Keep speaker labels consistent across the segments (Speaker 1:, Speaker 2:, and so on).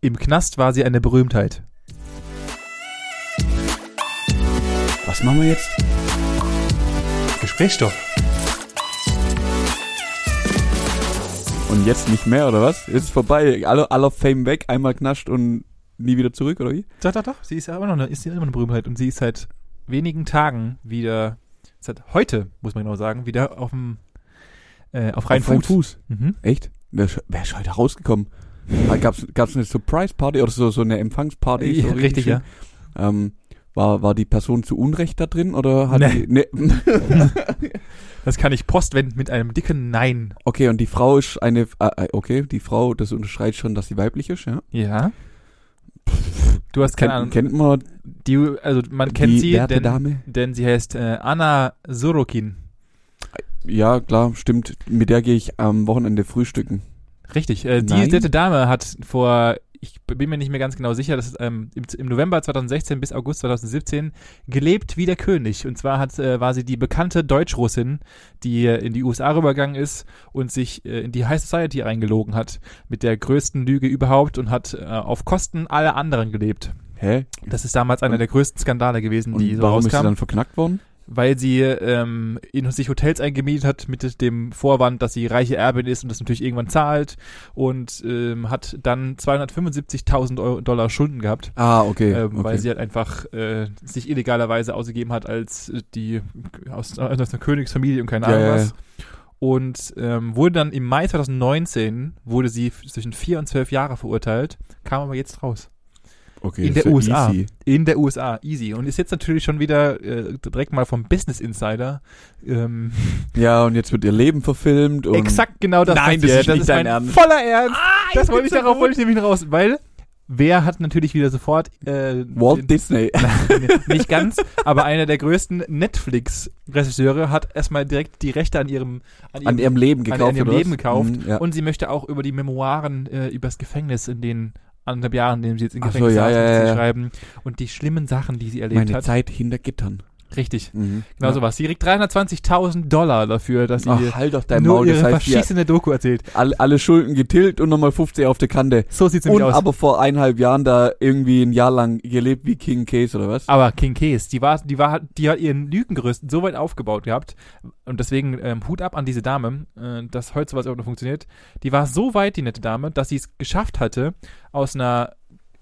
Speaker 1: Im Knast war sie eine Berühmtheit.
Speaker 2: Was machen wir jetzt?
Speaker 3: Gesprächsstoff.
Speaker 2: Und jetzt nicht mehr, oder was? Jetzt ist vorbei. Alle, alle Fame weg, einmal knascht und nie wieder zurück, oder wie?
Speaker 1: Doch, doch, doch. Sie ist ja immer noch eine, ist ja immer eine Berühmtheit und sie ist seit wenigen Tagen wieder, seit heute, muss man genau sagen, wieder auf dem, äh, auf reinen
Speaker 2: Auf freien
Speaker 1: Fuß.
Speaker 2: Fuß.
Speaker 1: Mhm.
Speaker 2: Echt? Wer, ist- wer ist heute rausgekommen? Ah, Gab's, gab's eine Surprise-Party oder so, so eine
Speaker 1: Ja,
Speaker 2: Empfangsparty? so
Speaker 1: richtig,
Speaker 2: schön?
Speaker 1: ja.
Speaker 2: Ähm, war, war die Person zu Unrecht da drin oder hat
Speaker 1: Nee.
Speaker 2: die, nee.
Speaker 1: Das kann ich postwenden mit einem dicken Nein.
Speaker 2: Okay, und die Frau ist eine äh, äh, okay, die Frau, das unterschreibt schon, dass sie weiblich ist, ja?
Speaker 1: Ja. Du hast keine Ahnung.
Speaker 2: Kennt, kennt man
Speaker 1: Die, also man kennt
Speaker 2: die
Speaker 1: sie,
Speaker 2: werte
Speaker 1: denn,
Speaker 2: Dame?
Speaker 1: denn sie heißt äh, Anna Sorokin.
Speaker 2: Ja, klar, stimmt. Mit der gehe ich am Wochenende frühstücken.
Speaker 1: Richtig. Äh, die
Speaker 2: Nein.
Speaker 1: dritte Dame hat vor, ich bin mir nicht mehr ganz genau sicher, das ist, ähm, im, im November 2016 bis August 2017 gelebt wie der König. Und zwar hat, äh, war sie die bekannte Deutschrussin, die äh, in die USA rübergegangen ist und sich äh, in die High Society eingelogen hat mit der größten Lüge überhaupt und hat äh, auf Kosten aller anderen gelebt.
Speaker 2: Hä?
Speaker 1: Das ist damals einer der größten Skandale gewesen,
Speaker 2: Und
Speaker 1: die so
Speaker 2: warum ist sie
Speaker 1: rauskamen
Speaker 2: dann verknackt worden?
Speaker 1: weil sie ähm, in sich Hotels eingemietet hat mit dem Vorwand, dass sie reiche Erbin ist und das natürlich irgendwann zahlt und ähm, hat dann 275.000 Euro- Dollar Schulden gehabt,
Speaker 2: Ah, okay.
Speaker 1: ähm,
Speaker 2: okay.
Speaker 1: weil sie halt einfach äh, sich illegalerweise ausgegeben hat als äh, die aus, aus einer Königsfamilie und keine
Speaker 2: Ja,
Speaker 1: Ahnung
Speaker 2: ja,
Speaker 1: was.
Speaker 2: ja.
Speaker 1: Und ähm, wurde dann im Mai 2019 wurde sie f- zwischen vier und zwölf Jahre verurteilt, kam aber jetzt raus.
Speaker 2: okay,
Speaker 1: in
Speaker 2: ist
Speaker 1: der
Speaker 2: ja
Speaker 1: USA.
Speaker 2: Easy.
Speaker 1: In der USA, easy. Und ist jetzt natürlich schon wieder äh, direkt mal vom Business Insider ähm,
Speaker 2: Ja, und jetzt wird ihr Leben verfilmt und
Speaker 1: Exakt genau das.
Speaker 2: Nein, das
Speaker 1: passiert.
Speaker 2: ist nicht dein
Speaker 1: mein
Speaker 2: Ernst. Ah,
Speaker 1: voller Ernst. das wollte ich
Speaker 2: bin so
Speaker 1: darauf
Speaker 2: gut.
Speaker 1: wollte ich nämlich raus, weil wer hat natürlich wieder sofort äh,
Speaker 2: Walt Disney.
Speaker 1: den, nicht ganz, aber einer der größten Netflix Regisseure hat erstmal direkt die Rechte an ihrem an ihrem,
Speaker 2: An ihrem Leben gekauft.
Speaker 1: ihrem
Speaker 2: oder
Speaker 1: Leben
Speaker 2: was?
Speaker 1: gekauft
Speaker 2: Mhm, ja.
Speaker 1: und sie möchte auch über die Memoiren äh, über das Gefängnis in den anderthalb Jahren, in denen sie jetzt im
Speaker 2: Ach so,
Speaker 1: Gefängnis
Speaker 2: ja,
Speaker 1: saß,
Speaker 2: ja,
Speaker 1: möchte sie
Speaker 2: ja.
Speaker 1: schreiben und die schlimmen Sachen, die sie erlebt
Speaker 2: Meine
Speaker 1: hat.
Speaker 2: Zeit hinter Gittern.
Speaker 1: Richtig.
Speaker 2: Mhm.
Speaker 1: Genau
Speaker 2: Ja.
Speaker 1: sowas. Sie kriegt 320.000 Dollar dafür, dass sie
Speaker 2: Ach, halt doch dein
Speaker 1: nur
Speaker 2: Maul,
Speaker 1: ihre
Speaker 2: das heißt, ja,
Speaker 1: verschießende Doku erzählt.
Speaker 2: alle, alle Schulden getilgt und nochmal 50 auf der Kante.
Speaker 1: So sieht's
Speaker 2: Und
Speaker 1: nämlich aus.
Speaker 2: aber vor eineinhalb Jahren da irgendwie ein Jahr lang gelebt wie King Case oder was?
Speaker 1: Aber King Case, die war, die war, die hat ihren Lügengerüst so weit aufgebaut gehabt und deswegen ähm, Hut ab an diese Dame, äh, dass heute sowas überhaupt noch funktioniert. Die war so weit, die nette Dame, dass sie es geschafft hatte, aus einer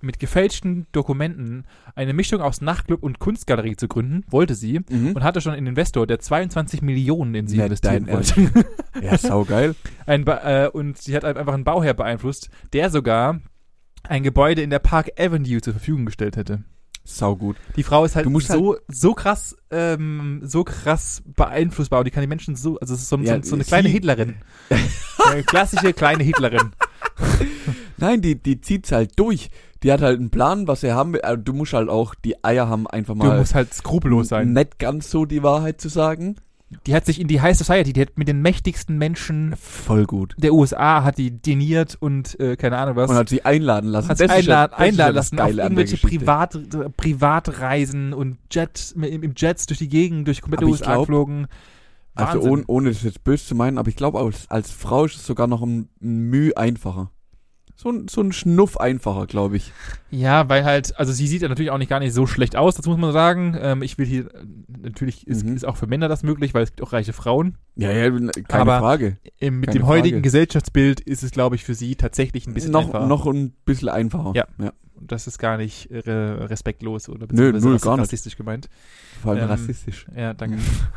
Speaker 1: mit gefälschten Dokumenten eine Mischung aus Nachtclub und Kunstgalerie zu gründen, wollte sie
Speaker 2: Mhm.
Speaker 1: und hatte schon einen Investor, der 22 Millionen in sie
Speaker 2: Nicht
Speaker 1: investieren
Speaker 2: dein
Speaker 1: wollte.
Speaker 2: Ja, saugeil.
Speaker 1: Ein ba äh, und sie hat halt einfach einen Bauherr beeinflusst, der sogar ein Gebäude in der Park Avenue zur Verfügung gestellt hätte.
Speaker 2: Saugut.
Speaker 1: Die Frau ist halt
Speaker 2: Du musst
Speaker 1: so so krass ähm, so krass beeinflussbar und die kann die Menschen so also es ist so,
Speaker 2: Ja,
Speaker 1: so, so eine
Speaker 2: sie-
Speaker 1: kleine Hitlerin. eine klassische kleine Hitlerin.
Speaker 2: Nein, die, die zieht's halt durch. Die hat halt einen Plan, was sie haben will. Also Du musst halt auch die Eier haben, einfach
Speaker 1: Du
Speaker 2: mal
Speaker 1: musst halt skrupellos sein.
Speaker 2: nicht ganz so die Wahrheit zu sagen.
Speaker 1: Die hat sich in die High Society, die hat mit den mächtigsten Menschen
Speaker 2: Voll gut.
Speaker 1: der USA hat die diniert und äh, keine Ahnung was.
Speaker 2: Und hat sie einladen lassen.
Speaker 1: hat
Speaker 2: Das
Speaker 1: sich
Speaker 2: ist ja-
Speaker 1: einladen,
Speaker 2: das ist
Speaker 1: einladen lassen
Speaker 2: ja das
Speaker 1: auf
Speaker 2: Geile an der
Speaker 1: irgendwelche
Speaker 2: Geschichte.
Speaker 1: Privat, äh, Privatreisen und Jets, im, im Jets durch die Gegend, durch die komplette
Speaker 2: Aber ich
Speaker 1: USA
Speaker 2: glaub-
Speaker 1: geflogen.
Speaker 2: Also
Speaker 1: Wahnsinn.
Speaker 2: ohne, ohne das jetzt böse zu meinen, aber ich glaube, als, als Frau ist es sogar noch ein, ein Mühe einfacher. So ein, so ein Schnuff einfacher, glaube ich.
Speaker 1: Ja, weil halt, also sie sieht ja natürlich auch nicht gar nicht so schlecht aus, das muss man sagen. Ähm, ich will hier, natürlich ist,
Speaker 2: Mhm.
Speaker 1: ist auch für Männer das möglich, weil es gibt auch reiche Frauen.
Speaker 2: Ja, ja, keine
Speaker 1: Aber
Speaker 2: Frage.
Speaker 1: Ähm, mit
Speaker 2: Keine
Speaker 1: dem heutigen
Speaker 2: Frage.
Speaker 1: Gesellschaftsbild ist es, glaube ich, für sie tatsächlich ein bisschen
Speaker 2: noch,
Speaker 1: einfacher.
Speaker 2: noch ein bisschen einfacher.
Speaker 1: Ja. Und Das ist gar nicht äh, respektlos oder
Speaker 2: Nö,
Speaker 1: beziehungsweise
Speaker 2: null, gar nicht. Mhm,
Speaker 1: rassistisch gemeint.
Speaker 2: Vor allem
Speaker 1: Ähm,
Speaker 2: rassistisch.
Speaker 1: Ja, danke.
Speaker 2: Du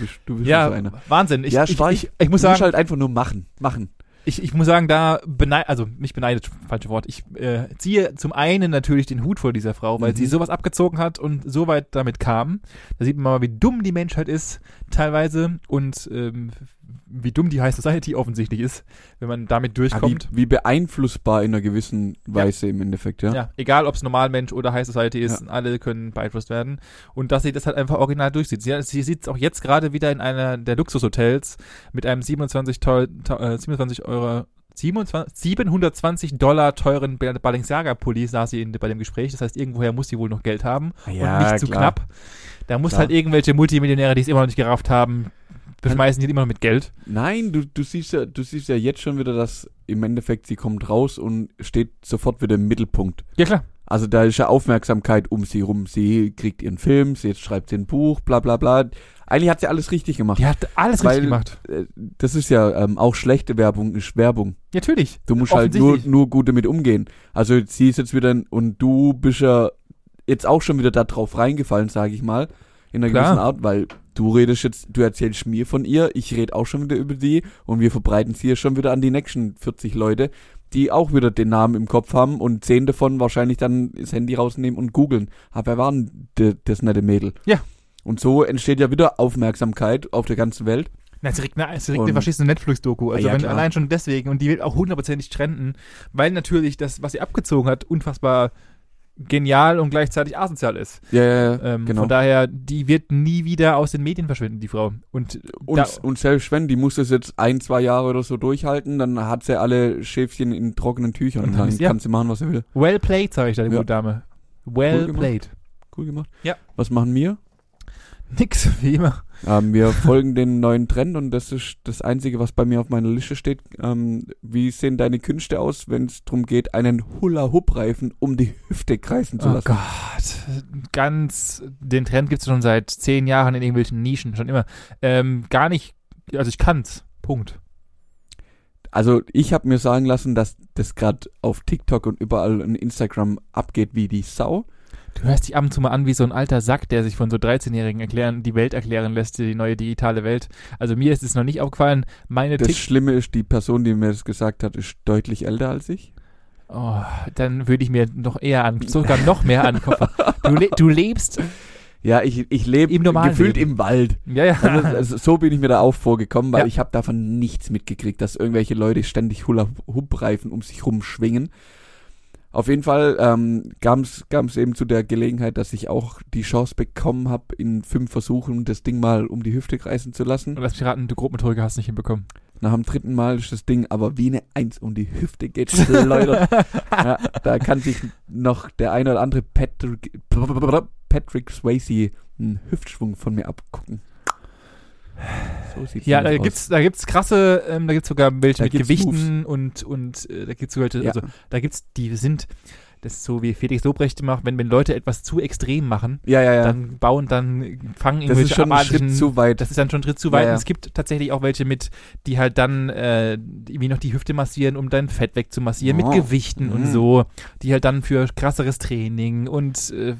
Speaker 2: bist, du bist so
Speaker 1: Ja,
Speaker 2: einer.
Speaker 1: Wahnsinn. Ich,
Speaker 2: Ja,
Speaker 1: ich,
Speaker 2: stark.
Speaker 1: ich, ich, muss
Speaker 2: du
Speaker 1: sagen,
Speaker 2: musst halt einfach nur machen. Machen.
Speaker 1: ich, ich muss sagen, da beneidet, also mich beneidet, falsche Wort, ich äh, ziehe zum einen natürlich den Hut vor dieser Frau, weil
Speaker 2: Mhm.
Speaker 1: sie sowas abgezogen hat und so weit damit kam. Da sieht man mal, wie dumm die Menschheit ist teilweise und ähm, wie dumm die High Society offensichtlich ist, wenn man damit
Speaker 2: Ja, wie,
Speaker 1: durchkommt.
Speaker 2: wie beeinflussbar in einer gewissen Weise im Endeffekt, ja.
Speaker 1: Ja, egal ob es Normalmensch oder High Society ist, alle können beeinflusst werden. Und dass sie das halt einfach original durchsieht. Sie, sie sieht es auch jetzt gerade wieder in einer der Luxushotels mit einem 27, teu, teu, äh, 27 Euro, 27, 720 Dollar teuren Bal- Balenciaga-Pulli, sah sie in, bei dem Gespräch. Das heißt, irgendwoher muss sie wohl noch Geld haben. und nicht zu knapp. Da muss
Speaker 2: klar.
Speaker 1: halt irgendwelche Multimillionäre, die es immer noch nicht gerafft haben, beschmeißen die immer noch mit Geld.
Speaker 2: Nein, du, du, siehst ja, du siehst ja jetzt schon wieder, dass im Endeffekt sie kommt raus und steht sofort wieder im Mittelpunkt.
Speaker 1: Ja, klar.
Speaker 2: Also da ist ja Aufmerksamkeit um sie rum. Sie kriegt ihren Film, sie jetzt schreibt sie ein Buch, bla bla bla. Eigentlich hat sie alles richtig gemacht.
Speaker 1: Die hat alles
Speaker 2: Weil-
Speaker 1: richtig gemacht.
Speaker 2: Äh, Das ist ja ähm, auch schlechte Werbung, ist Werbung.
Speaker 1: Natürlich.
Speaker 2: Du musst halt nur,
Speaker 1: Offensichtlich.
Speaker 2: nur gut damit umgehen. Also sie ist jetzt wieder, und du bist ja jetzt auch schon wieder da drauf reingefallen, sage ich mal, in einer
Speaker 1: Klar.
Speaker 2: gewissen Art, weil du redest jetzt, du erzählst mir von ihr, ich rede auch schon wieder über die und wir verbreiten sie ja schon wieder an die nächsten 40 Leute, die auch wieder den Namen im Kopf haben und zehn davon wahrscheinlich dann das Handy rausnehmen und googeln. Aber wer war denn de- das nette Mädel?
Speaker 1: Ja.
Speaker 2: Und so entsteht ja wieder Aufmerksamkeit auf der ganzen Welt.
Speaker 1: Na, direkt eine, ist direkt
Speaker 2: Und- Ah,
Speaker 1: eine verschissene Netflix-Doku. Also
Speaker 2: Ja,
Speaker 1: wenn,
Speaker 2: klar.
Speaker 1: allein schon deswegen. Und die wird auch hundertprozentig trenden, weil natürlich das, was sie abgezogen hat, unfassbar genial und gleichzeitig asozial ist.
Speaker 2: Ja, ja, ja.
Speaker 1: Ähm,
Speaker 2: Genau.
Speaker 1: Von daher, die wird nie wieder aus den Medien verschwinden, die Frau. Und,
Speaker 2: Und,
Speaker 1: da,
Speaker 2: und selbst wenn, die muss das jetzt ein, zwei Jahre oder so durchhalten, dann hat sie alle Schäfchen in trockenen Tüchern
Speaker 1: Und
Speaker 2: und
Speaker 1: dann
Speaker 2: dann
Speaker 1: ist- ja.
Speaker 2: kann sie machen, was sie will.
Speaker 1: well played, sage ich da, die
Speaker 2: Ja.
Speaker 1: gute Dame. Well
Speaker 2: Cool gemacht.
Speaker 1: played.
Speaker 2: Cool gemacht.
Speaker 1: Ja.
Speaker 2: Was machen wir?
Speaker 1: Nix, wie immer.
Speaker 2: Ähm, wir folgen den neuen Trend und das ist das Einzige, was bei mir auf meiner Liste steht. Ähm, wie sehen deine Künste aus, wenn es darum geht, einen Hula-Hoop-Reifen um die Hüfte kreisen zu
Speaker 1: Oh
Speaker 2: lassen?
Speaker 1: Gott, ganz, den Trend gibt es schon seit zehn Jahren in irgendwelchen Nischen, schon immer. Ähm, gar nicht, also ich kann's. Punkt.
Speaker 2: Also ich habe mir sagen lassen, dass das gerade auf TikTok und überall in Instagram abgeht wie die Sau.
Speaker 1: Du hörst dich ab und zu mal an wie so ein alter Sack, der sich von so 13-Jährigen erklären, die Welt erklären lässt, die neue digitale Welt. Also mir ist es noch nicht aufgefallen, meine
Speaker 2: Das
Speaker 1: Tick.
Speaker 2: Schlimme ist, die Person, die mir das gesagt hat, ist deutlich älter als ich.
Speaker 1: Oh, dann würde ich mir noch eher an, sogar noch mehr ankommen. Du, le du lebst.
Speaker 2: Ja, ich, ich lebe
Speaker 1: Im normalen
Speaker 2: gefühlt
Speaker 1: Leben.
Speaker 2: im Wald.
Speaker 1: Ja, ja.
Speaker 2: Also, also, so bin ich mir da auch vorgekommen, weil
Speaker 1: Ja.
Speaker 2: ich habe davon nichts mitgekriegt, dass irgendwelche Leute ständig Hula-Hoop-Reifen um sich rumschwingen. Auf jeden Fall ähm, kam es eben zu der Gelegenheit, dass ich auch die Chance bekommen habe, in fünf Versuchen das Ding mal um die Hüfte kreisen zu
Speaker 1: Und
Speaker 2: lassen.
Speaker 1: lass mich raten, du Grobmotoriker hast nicht hinbekommen.
Speaker 2: Nach dem dritten Mal ist das Ding aber wie eine Eins um die Hüfte geht schleudert. ja, da kann sich noch der ein oder andere Patrick, Patrick Swayze einen Hüftschwung von mir abgucken. So sieht's
Speaker 1: Ja, da
Speaker 2: nämlich aus.
Speaker 1: gibt's, da gibt's krasse, ähm, da gibt's sogar welche
Speaker 2: Da
Speaker 1: mit
Speaker 2: gibt's
Speaker 1: Gewichten und, und äh, da gibt's so welche,
Speaker 2: Ja.
Speaker 1: also da gibt's, die sind, das ist so wie Felix Lobrecht macht, wenn, wenn Leute etwas zu extrem machen,
Speaker 2: ja, ja, ja.
Speaker 1: dann bauen, dann fangen
Speaker 2: das ist
Speaker 1: irgendwelche
Speaker 2: schon ein Schritt
Speaker 1: abartigen-
Speaker 2: zu weit.
Speaker 1: Das ist dann schon ein Schritt zu weit.
Speaker 2: Ja, ja.
Speaker 1: Und es gibt tatsächlich auch welche mit, die halt dann äh, irgendwie noch die Hüfte massieren, um dein Fett wegzumassieren,
Speaker 2: Oh.
Speaker 1: mit Gewichten und
Speaker 2: Mhm.
Speaker 1: so, die halt dann für krasseres Training und äh,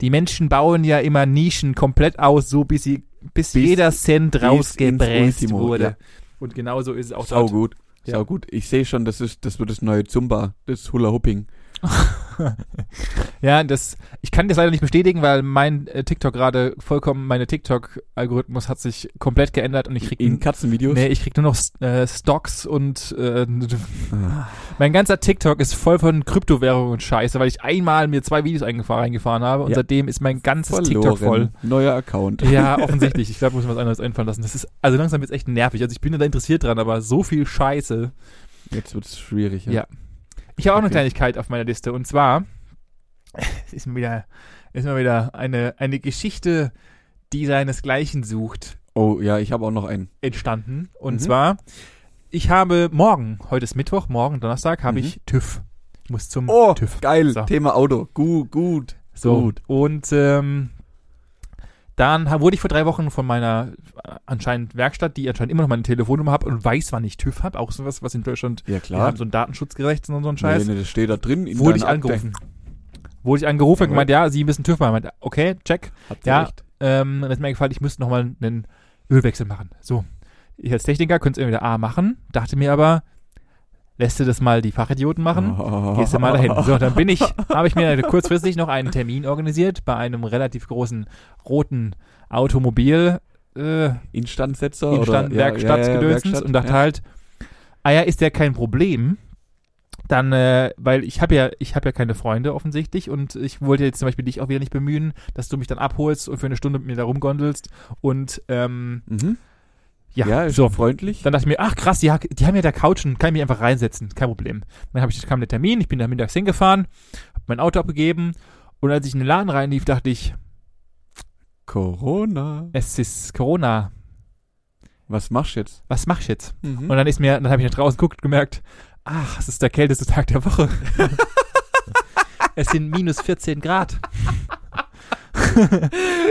Speaker 1: die Menschen bauen ja immer Nischen komplett aus, so bis sie bis,
Speaker 2: Bis-
Speaker 1: jeder Cent
Speaker 2: bis ins
Speaker 1: rausgebräst
Speaker 2: Ultimo,
Speaker 1: wurde.
Speaker 2: ja.
Speaker 1: Und genauso ist es auch
Speaker 2: Sau
Speaker 1: dort.
Speaker 2: gut.
Speaker 1: Ja.
Speaker 2: Sau gut. Ich sehe schon, das ist, das wird das neue Zumba, das Hula Hooping.
Speaker 1: Ja, das, ich kann das leider nicht bestätigen, weil mein äh, TikTok gerade vollkommen, meine TikTok-Algorithmus hat sich komplett geändert und ich krieg
Speaker 2: In Katzenvideos.
Speaker 1: Nee, ich krieg nur noch äh, Stocks und äh,
Speaker 2: Ah.
Speaker 1: mein ganzer TikTok ist voll von Kryptowährungen und Scheiße, weil ich einmal mir zwei Videos eingefahren, reingefahren habe und
Speaker 2: Ja.
Speaker 1: seitdem ist mein ganzes TikTok
Speaker 2: Verloren.
Speaker 1: voll.
Speaker 2: Neuer Account.
Speaker 1: Ja, offensichtlich. Ich glaube, muss mir was anderes einfallen lassen. Das ist, also langsam wird's echt nervig. Also ich bin da interessiert dran, aber so viel Scheiße.
Speaker 2: Jetzt wird es schwierig.
Speaker 1: Ja. Ich habe auch eine
Speaker 2: Okay.
Speaker 1: Kleinigkeit auf meiner Liste und zwar es ist mir wieder, ist mal wieder eine, eine Geschichte, die seinesgleichen sucht.
Speaker 2: Oh ja, ich habe auch noch einen.
Speaker 1: entstanden. Und
Speaker 2: Mhm.
Speaker 1: zwar, ich habe morgen, heute ist Mittwoch, morgen Donnerstag, habe
Speaker 2: Mhm.
Speaker 1: ich TÜV. Ich muss zum
Speaker 2: Oh,
Speaker 1: TÜV.
Speaker 2: geil.
Speaker 1: So.
Speaker 2: Thema Auto. Gut, gut.
Speaker 1: So.
Speaker 2: gut.
Speaker 1: Und ähm, dann ha- wurde ich vor drei Wochen von meiner äh, anscheinend Werkstatt, die anscheinend immer noch meine Telefonnummer habe und weiß, wann ich TÜV habe, auch sowas, was in Deutschland,
Speaker 2: Ja,
Speaker 1: wir
Speaker 2: klar.
Speaker 1: haben so ein Datenschutzgerecht und so ein Scheiß.
Speaker 2: Scheiße. Das steht da drin. in
Speaker 1: wurde ich
Speaker 2: deiner Akte.
Speaker 1: angerufen. Wurde ich angerufen und
Speaker 2: Jawohl.
Speaker 1: gemeint, ja, Sie müssen TÜV machen. Ich meinte, Okay, check.
Speaker 2: Habt ihr
Speaker 1: Ja.
Speaker 2: recht.
Speaker 1: Ähm, dann ist mir gefallen, ich müsste nochmal einen Ölwechsel machen. So. Ich als Techniker könnte es entweder A machen, dachte mir aber, lässt du das mal die Fachidioten machen?
Speaker 2: Oh.
Speaker 1: Gehst du mal dahin. So, dann bin ich, habe ich mir kurzfristig noch einen Termin organisiert bei einem relativ großen roten Automobil äh,
Speaker 2: Instandsetzer
Speaker 1: Instand,
Speaker 2: oder
Speaker 1: Werkstattgedönsens und dachte halt, ah ja, ist der kein Problem? Dann, äh, weil ich habe ja, ich habe ja keine Freunde offensichtlich und ich wollte jetzt zum Beispiel dich auch wieder nicht bemühen, dass du mich dann abholst und für eine Stunde mit mir da rumgondelst und ähm,
Speaker 2: Mhm.
Speaker 1: ja,
Speaker 2: Ja, ist
Speaker 1: so.
Speaker 2: freundlich.
Speaker 1: Dann dachte ich mir, ach krass, die, ha- die haben ja da Couchen, kann ich mich einfach reinsetzen, kein Problem. Dann hab ich, kam der Termin, ich bin da mittags hingefahren, habe mein Auto abgegeben und als ich in den Laden reinlief, dachte ich,
Speaker 2: Corona.
Speaker 1: es ist Corona.
Speaker 2: Was machst du jetzt? Mhm.
Speaker 1: was mach ich jetzt? Und dann ist mir, dann habe ich nach draußen geguckt und gemerkt, ach, es ist der kälteste Tag der Woche. es sind minus 14 Grad.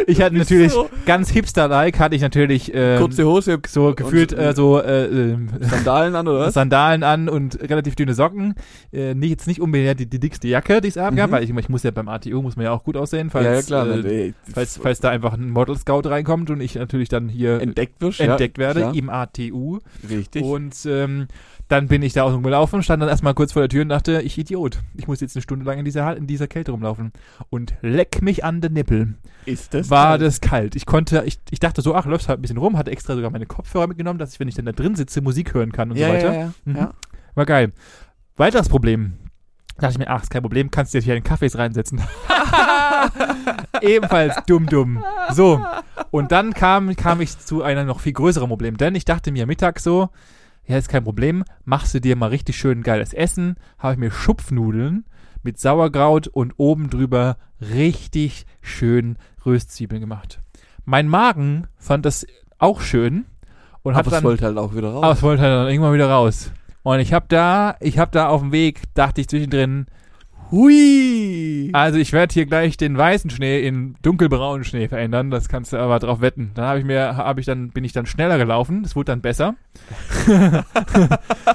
Speaker 1: ich hatte natürlich,
Speaker 2: so-
Speaker 1: ganz hipster-like, hatte ich natürlich ähm,
Speaker 2: Kurze Hose,
Speaker 1: so gefühlt
Speaker 2: und-
Speaker 1: äh, so äh, ähm,
Speaker 2: Sandalen an oder was?
Speaker 1: Sandalen an und relativ dünne Socken. Äh, nicht, jetzt nicht unbedingt die, die dickste Jacke, die es abgab,
Speaker 2: Mhm.
Speaker 1: weil ich, ich muss ja beim ATU, muss man ja auch gut aussehen, falls, äh,
Speaker 2: ey,
Speaker 1: falls, falls da einfach ein Model-Scout reinkommt und ich natürlich dann hier
Speaker 2: entdeckt wirst.
Speaker 1: entdeckt werde
Speaker 2: klar.
Speaker 1: im ATU.
Speaker 2: ja, richtig.
Speaker 1: Und ähm, dann bin ich da auch rumgelaufen, stand dann erstmal kurz vor der Tür und dachte, ich Idiot, ich muss jetzt eine Stunde lang in dieser, in dieser Kälte rumlaufen. Und leck mich an den Nippel.
Speaker 2: ist das
Speaker 1: war das kalt. Ich konnte, ich, ich dachte so, ach, läufst halt ein bisschen rum, hatte extra sogar meine Kopfhörer mitgenommen, dass ich, wenn ich dann da drin sitze, Musik hören kann und
Speaker 2: ja,
Speaker 1: so weiter.
Speaker 2: Ja, ja,
Speaker 1: Mhm.
Speaker 2: ja.
Speaker 1: War geil. Weiteres Problem. Dachte ich mir, ach, ist kein Problem, kannst dir hier einen Kaffees reinsetzen. Ebenfalls dumm, dumm. So. Und dann kam, kam ich zu einem noch viel größeren Problem, denn ich dachte mir mittags so, ja, ist kein Problem, machst du dir mal richtig schön geiles Essen, habe ich mir Schupfnudeln mit Sauerkraut und oben drüber richtig schön Röstzwiebeln gemacht. Mein Magen fand das auch schön und hat
Speaker 2: Aber es
Speaker 1: dann
Speaker 2: wollte halt auch wieder raus.
Speaker 1: aber es wollte dann irgendwann wieder raus. Und ich habe da, ich habe da auf dem Weg, dachte ich zwischendrin,
Speaker 2: Hui!
Speaker 1: also ich werde hier gleich den weißen Schnee in dunkelbraunen Schnee verändern, das kannst du aber drauf wetten. Dann habe ich mir, habe ich dann, bin ich dann schneller gelaufen, das wurde dann besser.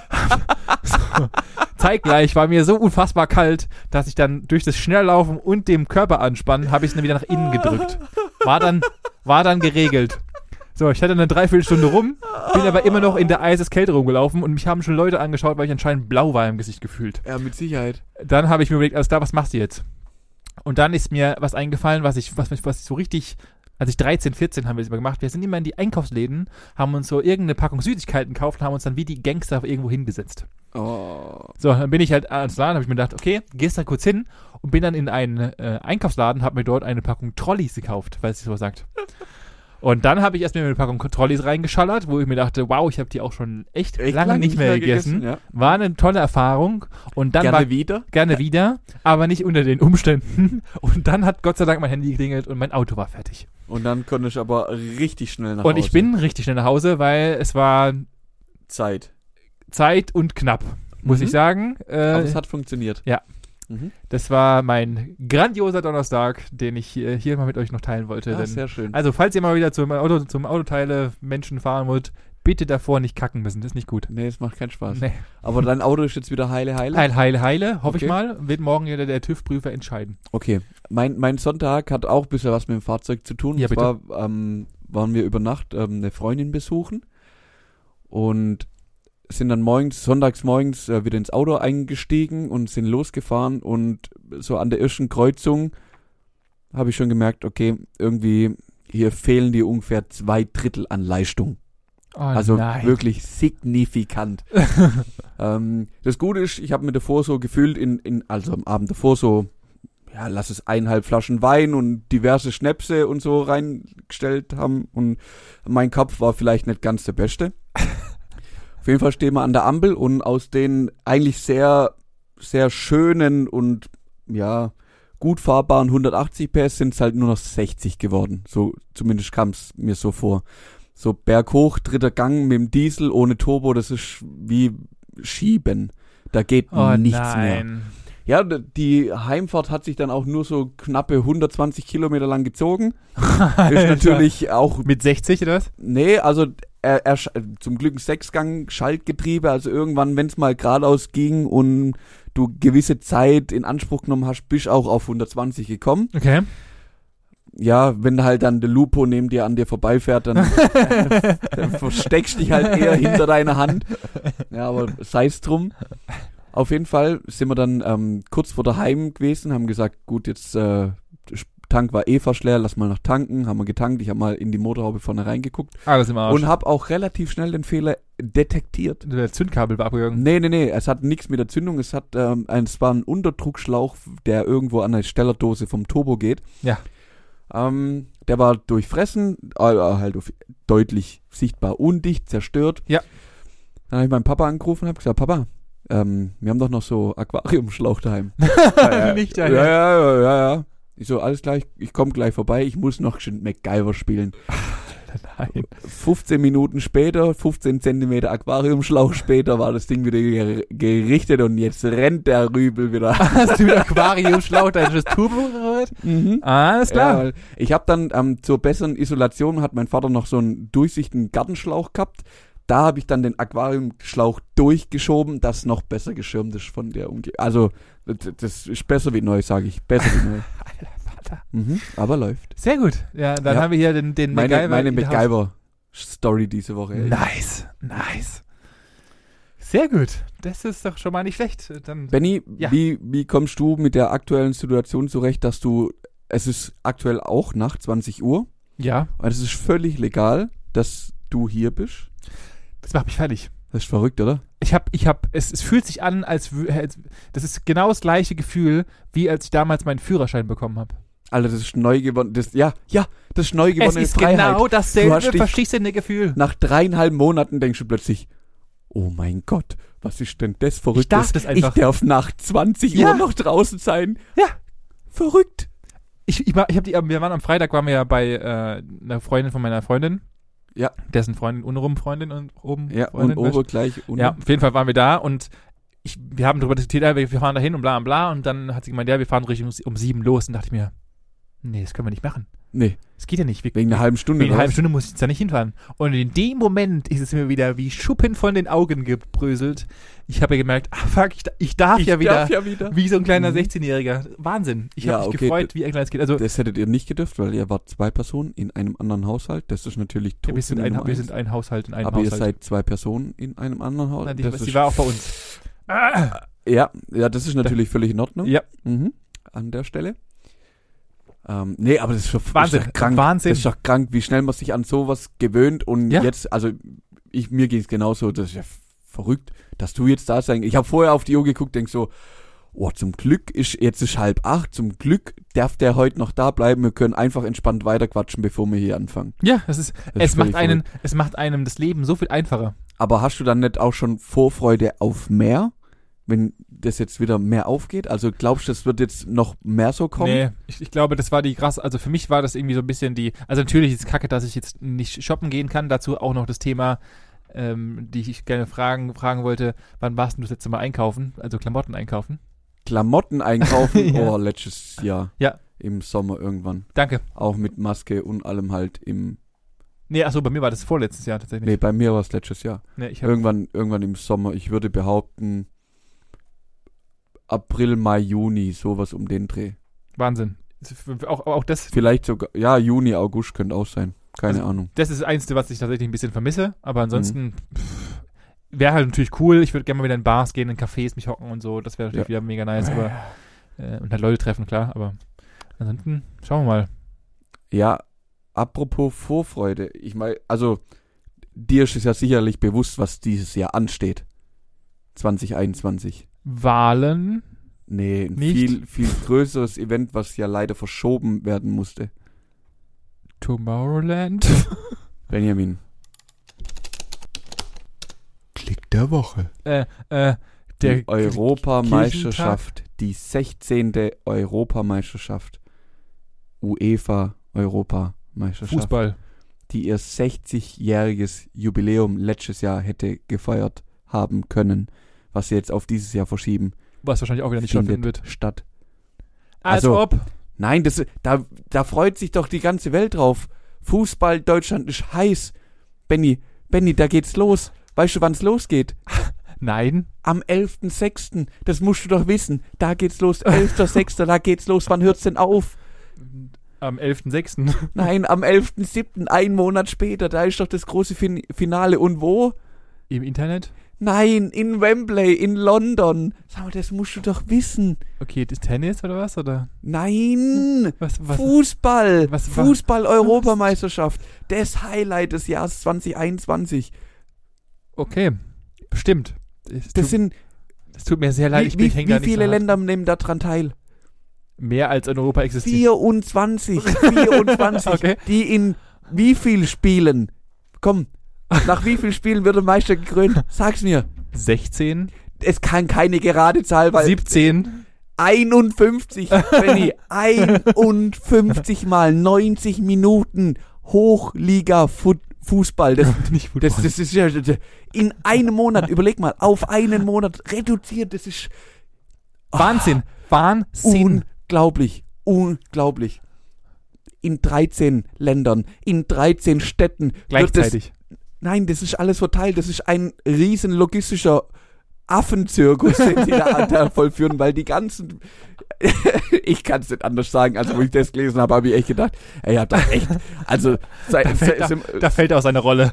Speaker 1: so. Zeitgleich war mir so unfassbar kalt, dass ich dann durch das Schnelllaufen und dem Körperanspannen habe ich es wieder nach innen gedrückt. War dann, war dann geregelt. So, ich hatte eine Dreiviertelstunde rum, bin aber immer noch in der Eiseskälte rumgelaufen und mich haben schon Leute angeschaut, weil ich anscheinend blau war im Gesicht gefühlt
Speaker 2: Ja, mit Sicherheit.
Speaker 1: dann habe ich mir überlegt, alles klar, was machst du jetzt? Und dann ist mir was eingefallen, was ich, was, was ich so richtig, als ich 13, 14 haben wir das immer gemacht, wir sind immer in die Einkaufsläden, haben uns so irgendeine Packung Süßigkeiten gekauft und haben uns dann wie die Gangster irgendwo hingesetzt.
Speaker 2: Oh.
Speaker 1: So, dann bin ich halt ans Laden, habe ich mir gedacht, okay, gehst da kurz hin und bin dann in einen äh, Einkaufsladen, habe mir dort eine Packung Trolleys gekauft, falls es so sagt. Und dann habe ich erstmal eine Packung Trolleys reingeschallert, wo ich mir dachte, wow, ich habe die auch schon echt, lange, nicht mehr gegessen.
Speaker 2: Ja.
Speaker 1: War eine tolle Erfahrung. Und dann
Speaker 2: Gerne
Speaker 1: war
Speaker 2: wieder.
Speaker 1: gerne wieder, aber nicht unter den Umständen. Und dann hat Gott sei Dank mein Handy geklingelt und mein Auto war fertig.
Speaker 2: Und dann konnte ich aber richtig schnell nach
Speaker 1: und
Speaker 2: Hause.
Speaker 1: ich bin richtig schnell nach Hause, weil es war
Speaker 2: Zeit.
Speaker 1: Zeit und knapp, muss
Speaker 2: Mhm.
Speaker 1: ich sagen.
Speaker 2: Aber
Speaker 1: Äh,
Speaker 2: es hat funktioniert.
Speaker 1: ja.
Speaker 2: Mhm.
Speaker 1: das war mein grandioser Donnerstag, den ich äh, hier mal mit euch noch teilen wollte.
Speaker 2: Ah,
Speaker 1: denn,
Speaker 2: sehr schön.
Speaker 1: also, falls ihr mal wieder zum Auto, zum Autoteile Menschen fahren wollt, bitte davor nicht kacken müssen, das ist nicht gut.
Speaker 2: nee, es macht keinen Spaß.
Speaker 1: Nee.
Speaker 2: Aber dein Auto ist jetzt wieder heile, heile.
Speaker 1: Heil, heile, heile, hoffe ich
Speaker 2: Okay.
Speaker 1: mal. Wird morgen wieder der TÜV-Prüfer entscheiden.
Speaker 2: Okay, mein, mein Sonntag hat auch ein bisschen was mit dem Fahrzeug zu tun.
Speaker 1: Ja,
Speaker 2: und zwar ähm, waren wir über Nacht ähm, eine Freundin besuchen und sind dann morgens, sonntags morgens äh, wieder ins Auto eingestiegen und sind losgefahren und so an der ersten Kreuzung habe ich schon gemerkt, okay, irgendwie hier fehlen dir ungefähr zwei Drittel an Leistung.
Speaker 1: Oh,
Speaker 2: Also
Speaker 1: nein.
Speaker 2: wirklich signifikant. ähm, das Gute ist, ich habe mir davor so gefühlt, in, in, also am Abend davor so, ja, lass es eineinhalb Flaschen Wein und diverse Schnäpse und so reingestellt haben. Und mein Kopf war vielleicht nicht ganz der beste. Auf jeden Fall stehen wir an der Ampel und aus den eigentlich sehr, sehr schönen und ja, gut fahrbaren 180 PS sind es halt nur noch 60 geworden. So, zumindest kam es mir so vor so berghoch, dritter Gang mit dem Diesel ohne Turbo, das ist wie Schieben. Da geht
Speaker 1: oh,
Speaker 2: nichts mehr.
Speaker 1: nein.
Speaker 2: Ja, d- die Heimfahrt hat sich dann auch nur so knappe 120 Kilometer lang gezogen. Ist natürlich auch,
Speaker 1: Mit 60 oder was?
Speaker 2: nee, also er, er, sch- zum Glück ein Sechsgang-Schaltgetriebe, also irgendwann, wenn es mal geradeaus ging und du gewisse Zeit in Anspruch genommen hast, bist auch auf 120 gekommen.
Speaker 1: Okay.
Speaker 2: Ja, wenn halt dann der Lupo neben dir an dir vorbeifährt, dann dann versteckst dich halt eher hinter deiner Hand. Ja, aber sei's drum. Auf jeden Fall sind wir dann ähm, kurz vor daheim gewesen, haben gesagt, gut, jetzt äh, Tank war eh fast leer, lass mal noch tanken, haben wir getankt, ich habe mal in die Motorhaube vorne reingeguckt
Speaker 1: Alles im Arsch.
Speaker 2: und habe auch relativ schnell den Fehler detektiert.
Speaker 1: Der Zündkabel war abgegangen.
Speaker 2: Nee, nee, nee, es hat nichts mit der Zündung, es hat ähm, ein, es war ein Unterdruckschlauch, der irgendwo an der Stellerdose vom Turbo geht.
Speaker 1: Ja.
Speaker 2: Ähm, der war durchfressen, äh, äh, halt auf, deutlich sichtbar undicht, zerstört.
Speaker 1: Ja.
Speaker 2: Dann habe ich meinen Papa angerufen und habe gesagt, Papa, ähm, wir haben doch noch so Aquariumschlauch daheim. Äh,
Speaker 1: Nicht
Speaker 2: ja,
Speaker 1: daheim.
Speaker 2: ja, ja, ja, ja. Ich so, alles klar, ich, ich komme gleich vorbei, ich muss noch geschwind MacGyver spielen.
Speaker 1: Nein.
Speaker 2: 15 Minuten später, 15 Zentimeter Aquariumschlauch später, war das Ding wieder ger gerichtet und jetzt rennt der Rübel wieder.
Speaker 1: Hast du mit Aquariumschlauch dein Turbo berührt?
Speaker 2: Mhm.
Speaker 1: Alles klar.
Speaker 2: Ja, ich habe dann ähm, zur besseren Isolation hat mein Vater noch so einen durchsichtigen Gartenschlauch gehabt. Da habe ich dann den Aquariumschlauch durchgeschoben, das noch besser geschirmt ist von der Umgebung. Also d- das ist besser wie neu, sage ich. Besser wie neu.
Speaker 1: Vater.
Speaker 2: Mhm, aber läuft.
Speaker 1: Sehr gut. Ja, dann
Speaker 2: Ja.
Speaker 1: haben wir hier den, den
Speaker 2: Meine,
Speaker 1: MacGyver.
Speaker 2: meine
Speaker 1: in der
Speaker 2: MacGyver-Story diese Woche. ey.
Speaker 1: Nice, nice. Sehr gut. Das ist doch schon mal nicht schlecht. Dann
Speaker 2: Benny,
Speaker 1: Ja.
Speaker 2: wie, wie kommst du mit der aktuellen Situation zurecht, dass du, es ist aktuell auch nach 20 Uhr
Speaker 1: ja,
Speaker 2: und es ist völlig legal, dass du hier bist?
Speaker 1: das macht mich fertig.
Speaker 2: Das ist verrückt, oder?
Speaker 1: Ich habe, ich habe, es, es fühlt sich an, als, wü- äh, als das ist genau das gleiche Gefühl, wie als ich damals meinen Führerschein bekommen habe.
Speaker 2: Alter, das ist neu gewonnen, das, ja, ja, das ist neu gewonnene Freiheit.
Speaker 1: genau
Speaker 2: Du hast dich-
Speaker 1: verschissene Gefühl.
Speaker 2: Nach dreieinhalb Monaten denkst du plötzlich, oh mein Gott, was ist denn das Verrücktes?
Speaker 1: darf das einfach.
Speaker 2: Ich darf nach 20
Speaker 1: Ja.
Speaker 2: Uhr noch draußen sein.
Speaker 1: Ja.
Speaker 2: Verrückt.
Speaker 1: Ich, ich, war- ich hab die, wir waren am Freitag waren wir ja bei äh, einer Freundin von meiner Freundin.
Speaker 2: Ja.
Speaker 1: Dessen Freundin, unrum Freundin und oben
Speaker 2: Ja,
Speaker 1: Freundin. ne,
Speaker 2: und Ober gleich. Und
Speaker 1: Ja, auf jeden Fall waren wir da und ich, wir haben darüber diskutiert, ja, wir wir fahren dahin und bla und bla. Und dann hat sie gemeint, ja, wir fahren richtig um, um sieben los. Und dachte ich mir, nee, das können wir nicht machen.
Speaker 2: Nee,
Speaker 1: Das geht ja nicht. Wir,
Speaker 2: wegen einer halben Stunde.
Speaker 1: wegen einer
Speaker 2: oder
Speaker 1: halben
Speaker 2: was?
Speaker 1: Stunde muss ich jetzt da nicht hinfahren. Und in dem Moment ist es mir wieder wie Schuppen von den Augen gebröselt. Ich habe ja gemerkt, ah fuck, ich, da- ich darf
Speaker 2: Ich
Speaker 1: ja wieder.
Speaker 2: darf ja wieder.
Speaker 1: Wie so ein kleiner
Speaker 2: Mhm.
Speaker 1: 16-Jähriger. Wahnsinn. Ich
Speaker 2: Ja,
Speaker 1: habe mich
Speaker 2: okay,
Speaker 1: gefreut, wie ein kleines Kind. Also,
Speaker 2: Das hättet ihr nicht gedürft, weil ihr wart zwei Personen in einem anderen Haushalt. Das ist natürlich
Speaker 1: ja,
Speaker 2: tot.
Speaker 1: wir, sind ein, wir sind ein Haushalt in einem
Speaker 2: aber
Speaker 1: Haushalt.
Speaker 2: ihr seid zwei Personen in einem anderen
Speaker 1: Nein,
Speaker 2: Haushalt.
Speaker 1: die,
Speaker 2: das
Speaker 1: sie
Speaker 2: ist,
Speaker 1: war auch bei uns. Ah,
Speaker 2: ja, ja, das ist natürlich völlig in Ordnung.
Speaker 1: Ja.
Speaker 2: Mhm, an der Stelle. Ähm, nee, aber das ist doch,
Speaker 1: Wahnsinn.
Speaker 2: ist doch krank.
Speaker 1: Wahnsinn.
Speaker 2: Das ist doch krank, wie schnell man sich an sowas gewöhnt und
Speaker 1: Ja.
Speaker 2: jetzt, also ich, mir ging es genauso, das ist ja verrückt, dass du jetzt da sein. Ich habe vorher auf die Uhr geguckt, denk so, oh, zum Glück ist jetzt ist halb acht, zum Glück darf der heute noch da bleiben, wir können einfach entspannt weiterquatschen, bevor wir hier anfangen.
Speaker 1: ja, das ist,
Speaker 2: Das
Speaker 1: es
Speaker 2: ist
Speaker 1: macht
Speaker 2: völlig
Speaker 1: einen, es macht einem das Leben so viel einfacher.
Speaker 2: Aber hast du dann nicht auch schon Vorfreude auf mehr, wenn das jetzt wieder mehr aufgeht? Also glaubst du, das wird jetzt noch mehr so kommen?
Speaker 1: Nee, ich, ich glaube, das war die krass. Also für mich war das irgendwie so ein bisschen die. Also natürlich ist es kacke, dass ich jetzt nicht shoppen gehen kann. Dazu auch noch das Thema, ähm, die ich gerne fragen, fragen wollte: Wann warst denn du das letzte Mal einkaufen? Also Klamotten einkaufen.
Speaker 2: Klamotten einkaufen,
Speaker 1: Ja.
Speaker 2: oh, letztes Jahr.
Speaker 1: Ja.
Speaker 2: Im Sommer irgendwann.
Speaker 1: Danke.
Speaker 2: Auch mit Maske und allem halt im.
Speaker 1: Nee, achso, bei mir war das vorletztes Jahr tatsächlich.
Speaker 2: Nee, bei mir war es letztes Jahr.
Speaker 1: Nee, ich hab,
Speaker 2: Irgendwann, irgendwann im Sommer, ich würde behaupten, April, Mai, Juni, sowas um den Dreh.
Speaker 1: Wahnsinn. Auch, auch das
Speaker 2: Vielleicht sogar, ja, Juni, August könnte auch sein. Keine
Speaker 1: Also-
Speaker 2: Ahnung.
Speaker 1: das ist das Einzige, was ich tatsächlich ein bisschen vermisse. Aber
Speaker 2: Mhm.
Speaker 1: ansonsten pff, wäre halt natürlich cool. Ich würde gerne mal wieder in Bars gehen, in Cafés mich hocken und so. Das wäre natürlich wieder mega nice. Aber, äh, und halt Leute treffen, klar. Aber ansonsten schauen wir mal.
Speaker 2: Ja, apropos Vorfreude. Ich meine, also, dir ist es ja sicherlich bewusst, was dieses Jahr ansteht. 2021.
Speaker 1: Wahlen.
Speaker 2: Nee, ein
Speaker 1: Nicht?
Speaker 2: viel, viel größeres Event, was ja leider verschoben werden musste.
Speaker 1: Tomorrowland.
Speaker 2: Benjamin. Klick der Woche.
Speaker 1: äh, äh, der
Speaker 2: Die Europameisterschaft, die 16. Europameisterschaft. UEFA Europameisterschaft.
Speaker 1: Fußball.
Speaker 2: Die ihr 60-jähriges Jubiläum letztes Jahr hätte gefeiert haben können, was sie jetzt auf dieses Jahr verschieben,
Speaker 1: Was wahrscheinlich auch wieder nicht stattfinden wird.
Speaker 2: statt.
Speaker 1: Als
Speaker 2: Also-
Speaker 1: ob.
Speaker 2: Nein, das, da, da freut sich doch die ganze Welt drauf. Fußball, Deutschland ist heiß. Benny, Benny, da geht's los. Weißt du, wann's losgeht?
Speaker 1: Nein.
Speaker 2: Am 11.06., das musst du doch wissen. Da geht's los. 11.06., da geht's los. Wann hört's denn auf?
Speaker 1: Am 11.06.
Speaker 2: Nein, am 11.07., einen Monat später, da ist doch das große fin Finale. Und wo?
Speaker 1: im Internet.
Speaker 2: Nein, in Wembley, in London. Sag mal, das musst du doch wissen.
Speaker 1: Okay, das Tennis oder was? Oder
Speaker 2: Nein,
Speaker 1: was? was?
Speaker 2: Fußball,
Speaker 1: was war-
Speaker 2: Fußball-Europameisterschaft. Das Highlight des Jahres 2021.
Speaker 1: Okay. Bestimmt. Es
Speaker 2: Das
Speaker 1: tut,
Speaker 2: sind,
Speaker 1: es tut mir sehr leid,
Speaker 2: wie,
Speaker 1: ich bin
Speaker 2: wie,
Speaker 1: häng da
Speaker 2: wie
Speaker 1: nicht so
Speaker 2: viele
Speaker 1: hart.
Speaker 2: Länder nehmen daran teil?
Speaker 1: mehr als in Europa existiert.
Speaker 2: 24, 24,
Speaker 1: Okay.
Speaker 2: die in wie viel Spielen? Komm, nach wie vielen Spielen wird der Meister gekrönt? Sag's mir.
Speaker 1: 16,
Speaker 2: Es kann keine gerade Zahl, weil
Speaker 1: 17.
Speaker 2: 51, Benny, 51 mal 90 Minuten. Hochliga-Fußball. Das,
Speaker 1: Nicht Football.
Speaker 2: das, das ist ja in einem Monat, überleg mal, auf einen Monat reduziert. Das ist
Speaker 1: Wahnsinn. Wahnsinn.
Speaker 2: Unglaublich, unglaublich. In 13 Ländern, in 13 Städten. wird das-
Speaker 1: Gleichzeitig.
Speaker 2: Nein, das ist alles verteilt. Das ist ein riesen logistischer Affenzirkus, den sie da, da vollführen, weil die ganzen. ich kann es nicht anders sagen. Also, wo ich das gelesen habe, habe ich echt gedacht, ey, ihr habt doch echt. Also, sei, sei,
Speaker 1: da-
Speaker 2: sim-
Speaker 1: Da fällt auch seine Rolle.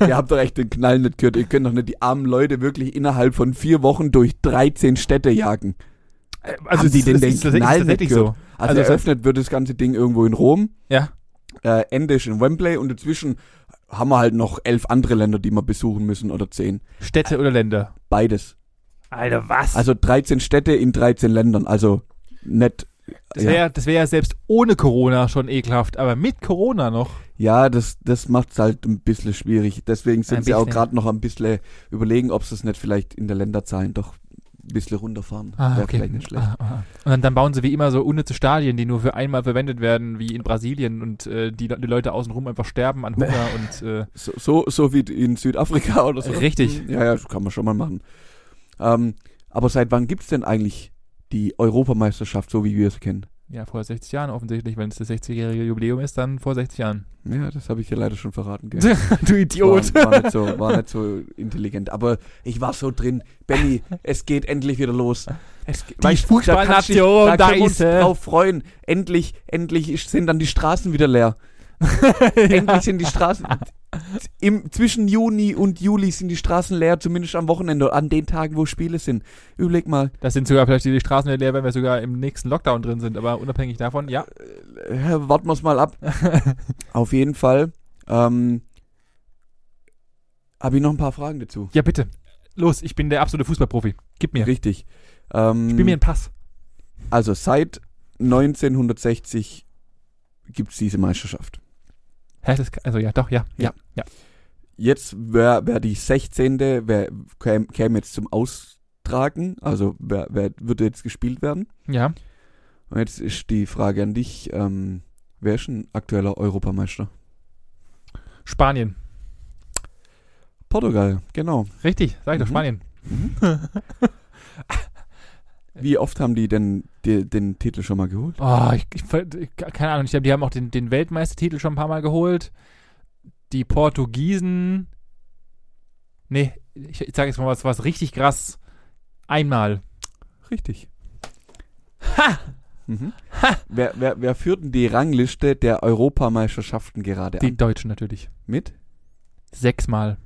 Speaker 2: ihr habt doch echt den Knall nicht gehört. Ihr könnt doch nicht die armen Leute wirklich innerhalb von vier Wochen durch 13 Städte jagen.
Speaker 1: Also
Speaker 2: Haben die
Speaker 1: es-
Speaker 2: denn
Speaker 1: es
Speaker 2: den
Speaker 1: ist tatsächlich-
Speaker 2: Knall
Speaker 1: es ist tatsächlich
Speaker 2: nicht
Speaker 1: so.
Speaker 2: gehört? Also,
Speaker 1: Also,
Speaker 2: eröffnet wird das ganze Ding irgendwo in Rom.
Speaker 1: Ja.
Speaker 2: Äh, Ende ist in Wembley und dazwischen haben wir halt noch elf andere Länder, die wir besuchen müssen oder zehn.
Speaker 1: Städte oder Länder.
Speaker 2: Beides.
Speaker 1: Alter, was?
Speaker 2: Also 13 Städte in 13 Ländern. Also nett.
Speaker 1: Das
Speaker 2: ja.
Speaker 1: wäre ja. wär ja selbst ohne Corona schon ekelhaft, aber mit Corona noch.
Speaker 2: Ja, das, das macht es halt ein bisschen schwierig. Deswegen
Speaker 1: Ein
Speaker 2: sind sie auch
Speaker 1: bisschen.
Speaker 2: gerade noch ein bisschen überlegen, ob sie es nicht vielleicht in der Länderzahlen doch ein bisschen runterfahren. Wäre vielleicht nicht schlecht.
Speaker 1: Ah, ah. Und dann, dann bauen sie wie immer so unnütze Stadien, die nur für einmal verwendet werden, wie in Brasilien und äh, die, Le- die Leute außenrum einfach sterben an Hunger und äh,
Speaker 2: So, so, so wie in Südafrika oder so. Mhm.
Speaker 1: Richtig.
Speaker 2: Ja, ja, das kann man schon mal machen. Ähm, aber seit wann gibt es denn eigentlich die Europameisterschaft, so wie wir es kennen?
Speaker 1: ja, vor 60 Jahren offensichtlich, wenn es das 60-jährige Jubiläum ist, dann vor 60 Jahren.
Speaker 2: Ja, das habe ich ja leider schon verraten. Gell?
Speaker 1: du Idiot.
Speaker 2: War, war, nicht so, war nicht so intelligent. Aber ich war so drin. Benny, es geht endlich wieder los. Es, die
Speaker 1: Fußballnation,
Speaker 2: da,
Speaker 1: da
Speaker 2: können wir uns
Speaker 1: ist sie.
Speaker 2: drauf freuen. Endlich, endlich ist- sind dann die Straßen wieder leer. Endlich sind die Straßen. Im, zwischen Juni und Juli sind die Straßen leer, zumindest am Wochenende, an den Tagen, wo Spiele sind. Überleg mal,
Speaker 1: Das sind sogar vielleicht die, die Straßen wieder leer, wenn wir sogar im nächsten Lockdown drin sind, aber unabhängig davon, ja.
Speaker 2: äh, warten wir es mal ab. Auf jeden Fall ähm, habe ich noch ein paar Fragen dazu.
Speaker 1: Ja, bitte. Los, ich bin der absolute Fußballprofi. Gib mir.
Speaker 2: Richtig. Ähm,
Speaker 1: Spiel mir einen Pass.
Speaker 2: Also seit 1960 gibt es diese Meisterschaft.
Speaker 1: Hä, das, kann- also ja, doch, ja, ja, ja.
Speaker 2: Jetzt wäre wär die 16. Wär, käme käm jetzt zum Austragen, also wer, wer würde jetzt gespielt werden.
Speaker 1: Ja.
Speaker 2: Und jetzt ist die Frage an dich, ähm, wer ist ein aktueller Europameister?
Speaker 1: Spanien.
Speaker 2: Portugal, genau.
Speaker 1: Richtig, sag ich doch,
Speaker 2: Mhm.
Speaker 1: Spanien.
Speaker 2: Wie oft haben die denn die, den Titel schon mal geholt?
Speaker 1: Oh, ich, ich, ver- ich- keine Ahnung, ich glaube, die haben auch den, den Weltmeistertitel schon ein paar Mal geholt. Die Portugiesen. Nee, ich, ich sage jetzt mal was, was richtig krass. Einmal.
Speaker 2: Richtig. Ha! Mhm. ha! Wer, wer, wer führt denn die Rangliste der Europameisterschaften gerade
Speaker 1: Die
Speaker 2: an?
Speaker 1: Deutschen natürlich.
Speaker 2: Mit?
Speaker 1: Sechsmal.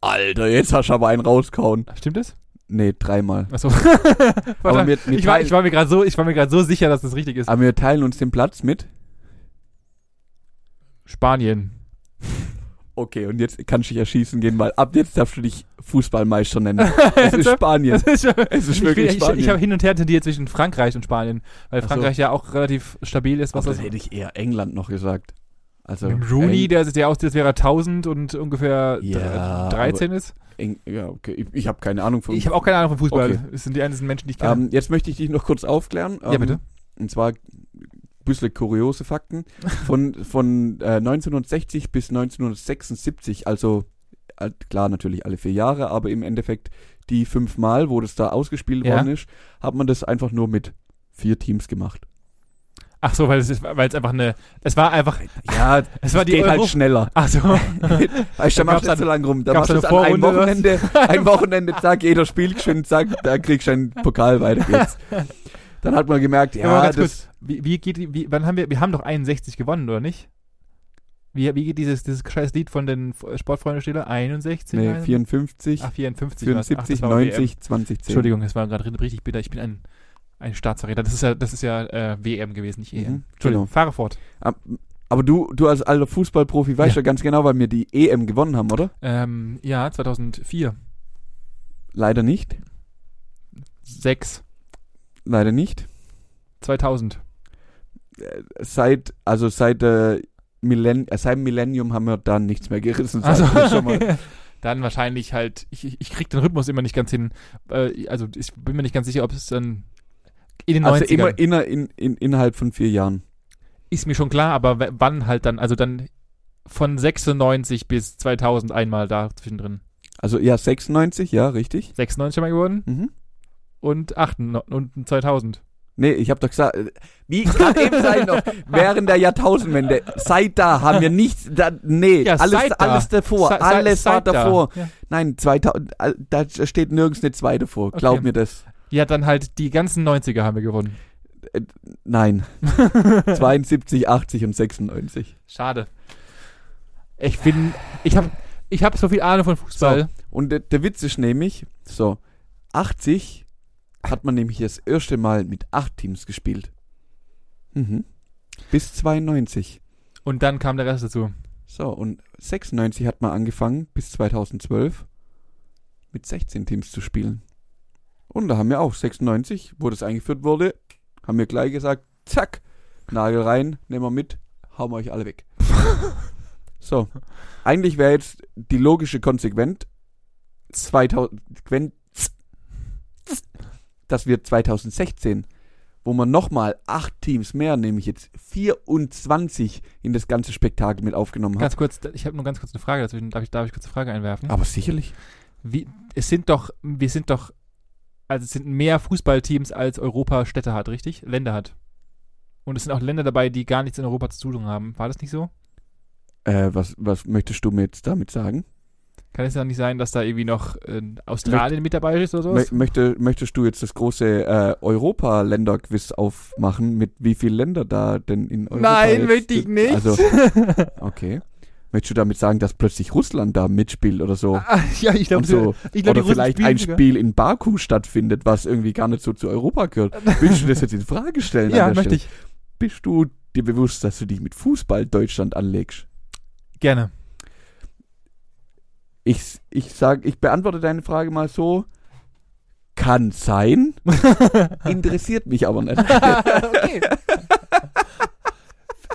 Speaker 2: Alter, jetzt hast du aber einen rauskauen.
Speaker 1: Stimmt das?
Speaker 2: Nee, dreimal.
Speaker 1: Achso.
Speaker 2: Aber
Speaker 1: Warte,
Speaker 2: wir, wir,
Speaker 1: ich, war,
Speaker 2: teilen,
Speaker 1: ich war mir gerade so, ich war mir gerade so sicher, dass das richtig ist.
Speaker 2: aber wir teilen uns den Platz mit.
Speaker 1: Spanien.
Speaker 2: Okay, und jetzt kannst du dich erschießen gehen, weil ab jetzt darfst du dich Fußballmeister nennen. Es ist Spanien.
Speaker 1: ist schon-
Speaker 2: Es ist
Speaker 1: Ich,
Speaker 2: wirklich
Speaker 1: ich, ich,
Speaker 2: Spanien.
Speaker 1: ich habe hin und her tendiert zwischen Frankreich und Spanien, weil
Speaker 2: Ach so.
Speaker 1: Frankreich ja auch relativ stabil ist, was
Speaker 2: Aber
Speaker 1: das
Speaker 2: das hätte ich eher England noch gesagt. Also
Speaker 1: Mit Rooney,
Speaker 2: Eng,
Speaker 1: der sich der aussieht, als wäre er 1000 und ungefähr dr-
Speaker 2: Ja,
Speaker 1: 13 ist.
Speaker 2: Eng, ja, okay. Ich, ich habe keine Ahnung von.
Speaker 1: Ich habe auch keine Ahnung von Fußball.
Speaker 2: Okay.
Speaker 1: Es sind die einzigen Menschen, die ich kenne.
Speaker 2: ähm, jetzt möchte ich dich noch kurz aufklären.
Speaker 1: Ja,
Speaker 2: Ähm,
Speaker 1: bitte.
Speaker 2: Und zwar ein bisschen kuriose Fakten. Von, von äh, 1960 bis 1976, also äh, klar natürlich alle vier Jahre, aber im Endeffekt die fünfmal, wo das da ausgespielt
Speaker 1: Ja.
Speaker 2: worden ist, hat man das einfach nur mit vier Teams gemacht.
Speaker 1: Ach so, weil es, ist- weil es einfach eine. Es war einfach.
Speaker 2: Ja,
Speaker 1: Es war die
Speaker 2: geht
Speaker 1: Euro.
Speaker 2: halt schneller.
Speaker 1: Ach so.
Speaker 2: Weißt du, da
Speaker 1: Dann gab's
Speaker 2: machst du nicht
Speaker 1: dann-
Speaker 2: so lange rum. Da
Speaker 1: gab's
Speaker 2: machst du es
Speaker 1: dann
Speaker 2: an
Speaker 1: eine
Speaker 2: einem
Speaker 1: Vorrunde,
Speaker 2: Wochenende, ein Wochenende, zack, jeder spielt schön, zack, da kriegst du einen Pokal weiter geht's. Dann hat man gemerkt,
Speaker 1: Ja, aber
Speaker 2: ja,
Speaker 1: ganz
Speaker 2: das,
Speaker 1: kurz. Wie, wie geht die, wie, wann haben wir. Wir haben doch 61 gewonnen, oder nicht? Wie, wie geht dieses, dieses scheiß Lied von den F- Sportfreunde Stille? 61?
Speaker 2: nee,
Speaker 1: 59?
Speaker 2: 54,
Speaker 1: Ach, 54. war's. Ach,
Speaker 2: 74,
Speaker 1: das war WM.
Speaker 2: 90, 20, 10.
Speaker 1: Entschuldigung, es war gerade ri- richtig bitter. Ich bin ein, ein Staatsverräter. Das ist ja, das ist ja äh, WM gewesen, nicht EM.
Speaker 2: Mhm,
Speaker 1: Entschuldigung,
Speaker 2: genau.
Speaker 1: fahre fort.
Speaker 2: Ab- Aber du, du als alter Fußballprofi weißt ja. ganz genau, weil wir die EM gewonnen haben, oder?
Speaker 1: Ähm, ja, 2004.
Speaker 2: Leider nicht.
Speaker 1: 6.
Speaker 2: Leider nicht.
Speaker 1: 2000.
Speaker 2: Seit, also seit, äh, Millenn äh, seit Millennium haben wir dann nichts mehr gerissen. sag
Speaker 1: Also
Speaker 2: ich dir schon mal.
Speaker 1: dann wahrscheinlich halt, ich, ich- ich krieg den Rhythmus immer nicht ganz hin. Äh, also ich bin mir nicht ganz sicher, ob es dann in den
Speaker 2: also
Speaker 1: 90ern.
Speaker 2: immer inner, in, in, innerhalb von vier Jahren.
Speaker 1: Ist mir schon klar, aber w- wann halt dann? Also dann von 96 bis 2000 einmal da zwischendrin.
Speaker 2: Also ja, 96, ja, richtig.
Speaker 1: 96 einmal geworden
Speaker 2: Mhm.
Speaker 1: und 8 und 2000.
Speaker 2: Nee, ich habe doch gesagt, äh, wie gerade eben sein noch, während der Jahrtausendwende, seit da haben wir nichts, da, nee,
Speaker 1: Ja,
Speaker 2: alles,
Speaker 1: seit da.
Speaker 2: alles davor,
Speaker 1: Sa- sa-
Speaker 2: alles war
Speaker 1: seit da.
Speaker 2: davor.
Speaker 1: Ja.
Speaker 2: Nein, 2000, äh, da steht nirgends eine zweite vor, glaub
Speaker 1: Okay.
Speaker 2: mir das.
Speaker 1: ja, dann halt die ganzen 90er haben wir gewonnen.
Speaker 2: Nein, 72, 80 und 96.
Speaker 1: Schade. Ich bin, ich habe ich hab so viel Ahnung von Fußball.
Speaker 2: Und der, der Witz ist nämlich, so, 80 hat man nämlich das erste Mal mit acht Teams gespielt. Mhm. Bis 92.
Speaker 1: Und dann kam der Rest dazu.
Speaker 2: So, und 96 hat man angefangen, bis 2012, mit 16 Teams zu spielen. Und da haben wir auch 96, wo das eingeführt wurde, haben wir gleich gesagt, zack, Nagel rein, nehmen wir mit, hauen wir euch alle weg. so, eigentlich wäre jetzt die logische Konsequenz, 2000, Quen- dass wir 2016, wo man nochmal acht Teams mehr, nämlich jetzt 24 in das ganze Spektakel mit aufgenommen hat.
Speaker 1: Ganz kurz, ich habe nur ganz kurz eine Frage dazwischen. Darf ich, darf ich kurz eine Frage einwerfen?
Speaker 2: Aber sicherlich.
Speaker 1: Wie, es sind doch, wir sind doch, also es sind mehr Fußballteams als Europa Städte hat, richtig? Länder hat. Und es sind auch Länder dabei, die gar nichts in Europa zu tun haben. War das nicht so?
Speaker 2: Äh, was, was möchtest du mir jetzt damit sagen?
Speaker 1: Kann es ja nicht sein, dass da irgendwie noch äh, Australien mit dabei ist oder
Speaker 2: Mö
Speaker 1: sowas?
Speaker 2: möchte, möchtest du jetzt das große äh, Europa-Länder-Quiz aufmachen, mit wie viele Länder da denn in Europa
Speaker 1: Nein,
Speaker 2: jetzt-
Speaker 1: möchte ich nicht.
Speaker 2: Also, okay. Möchtest du damit sagen, dass plötzlich Russland da mitspielt oder so?
Speaker 1: Ah, ja, ich glaube
Speaker 2: und so.
Speaker 1: Ich glaub, die
Speaker 2: oder
Speaker 1: Russen
Speaker 2: vielleicht
Speaker 1: spielen
Speaker 2: ein
Speaker 1: sogar.
Speaker 2: Spiel in Baku stattfindet, was irgendwie gar nicht so zu Europa gehört. Willst du das jetzt in Frage stellen?
Speaker 1: Ja,
Speaker 2: an der
Speaker 1: möchte
Speaker 2: Stelle?
Speaker 1: ich.
Speaker 2: Bist du dir bewusst, dass du dich mit Fußball Deutschland anlegst?
Speaker 1: Gerne.
Speaker 2: Ich, ich sag, ich beantworte deine Frage mal so. Kann sein, interessiert mich aber nicht.
Speaker 1: okay.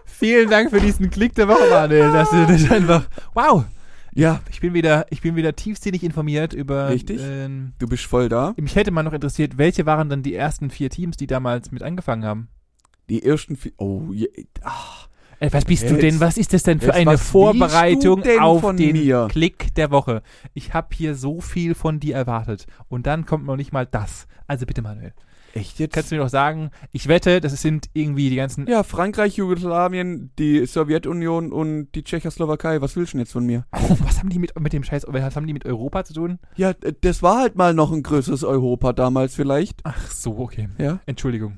Speaker 1: Vielen Dank für diesen Klick der Woche, Manuel. Das ist einfach. Wow,
Speaker 2: Ja,
Speaker 1: ich bin wieder, ich bin wieder tiefsinnig informiert über.
Speaker 2: Richtig.
Speaker 1: ähm,
Speaker 2: du bist voll da.
Speaker 1: mich hätte mal noch interessiert, welche waren dann die ersten vier Teams, die damals mit angefangen haben?
Speaker 2: Die ersten vier. Oh, je, ah,
Speaker 1: Ey, Äh, was bist du
Speaker 2: Jetzt-
Speaker 1: denn? Was ist das denn für
Speaker 2: jetzt,
Speaker 1: eine
Speaker 2: was
Speaker 1: Vorbereitung
Speaker 2: willst du denn
Speaker 1: auf
Speaker 2: von
Speaker 1: den
Speaker 2: mir?
Speaker 1: Klick der Woche? Ich habe hier so viel von dir erwartet und dann kommt noch nicht mal das. Also bitte, Manuel,
Speaker 2: echt jetzt?
Speaker 1: kannst du mir doch sagen? Ich wette, das sind irgendwie die ganzen.
Speaker 2: ja, Frankreich, Jugoslawien, die Sowjetunion und die Tschechoslowakei. Was willst du denn jetzt von mir?
Speaker 1: Oh, was haben die mit, mit dem Scheiß? Was haben die mit Europa zu tun?
Speaker 2: Ja, äh, das war halt mal noch ein größeres Europa damals vielleicht.
Speaker 1: Ach so, okay.
Speaker 2: Ja.
Speaker 1: Entschuldigung. Ah,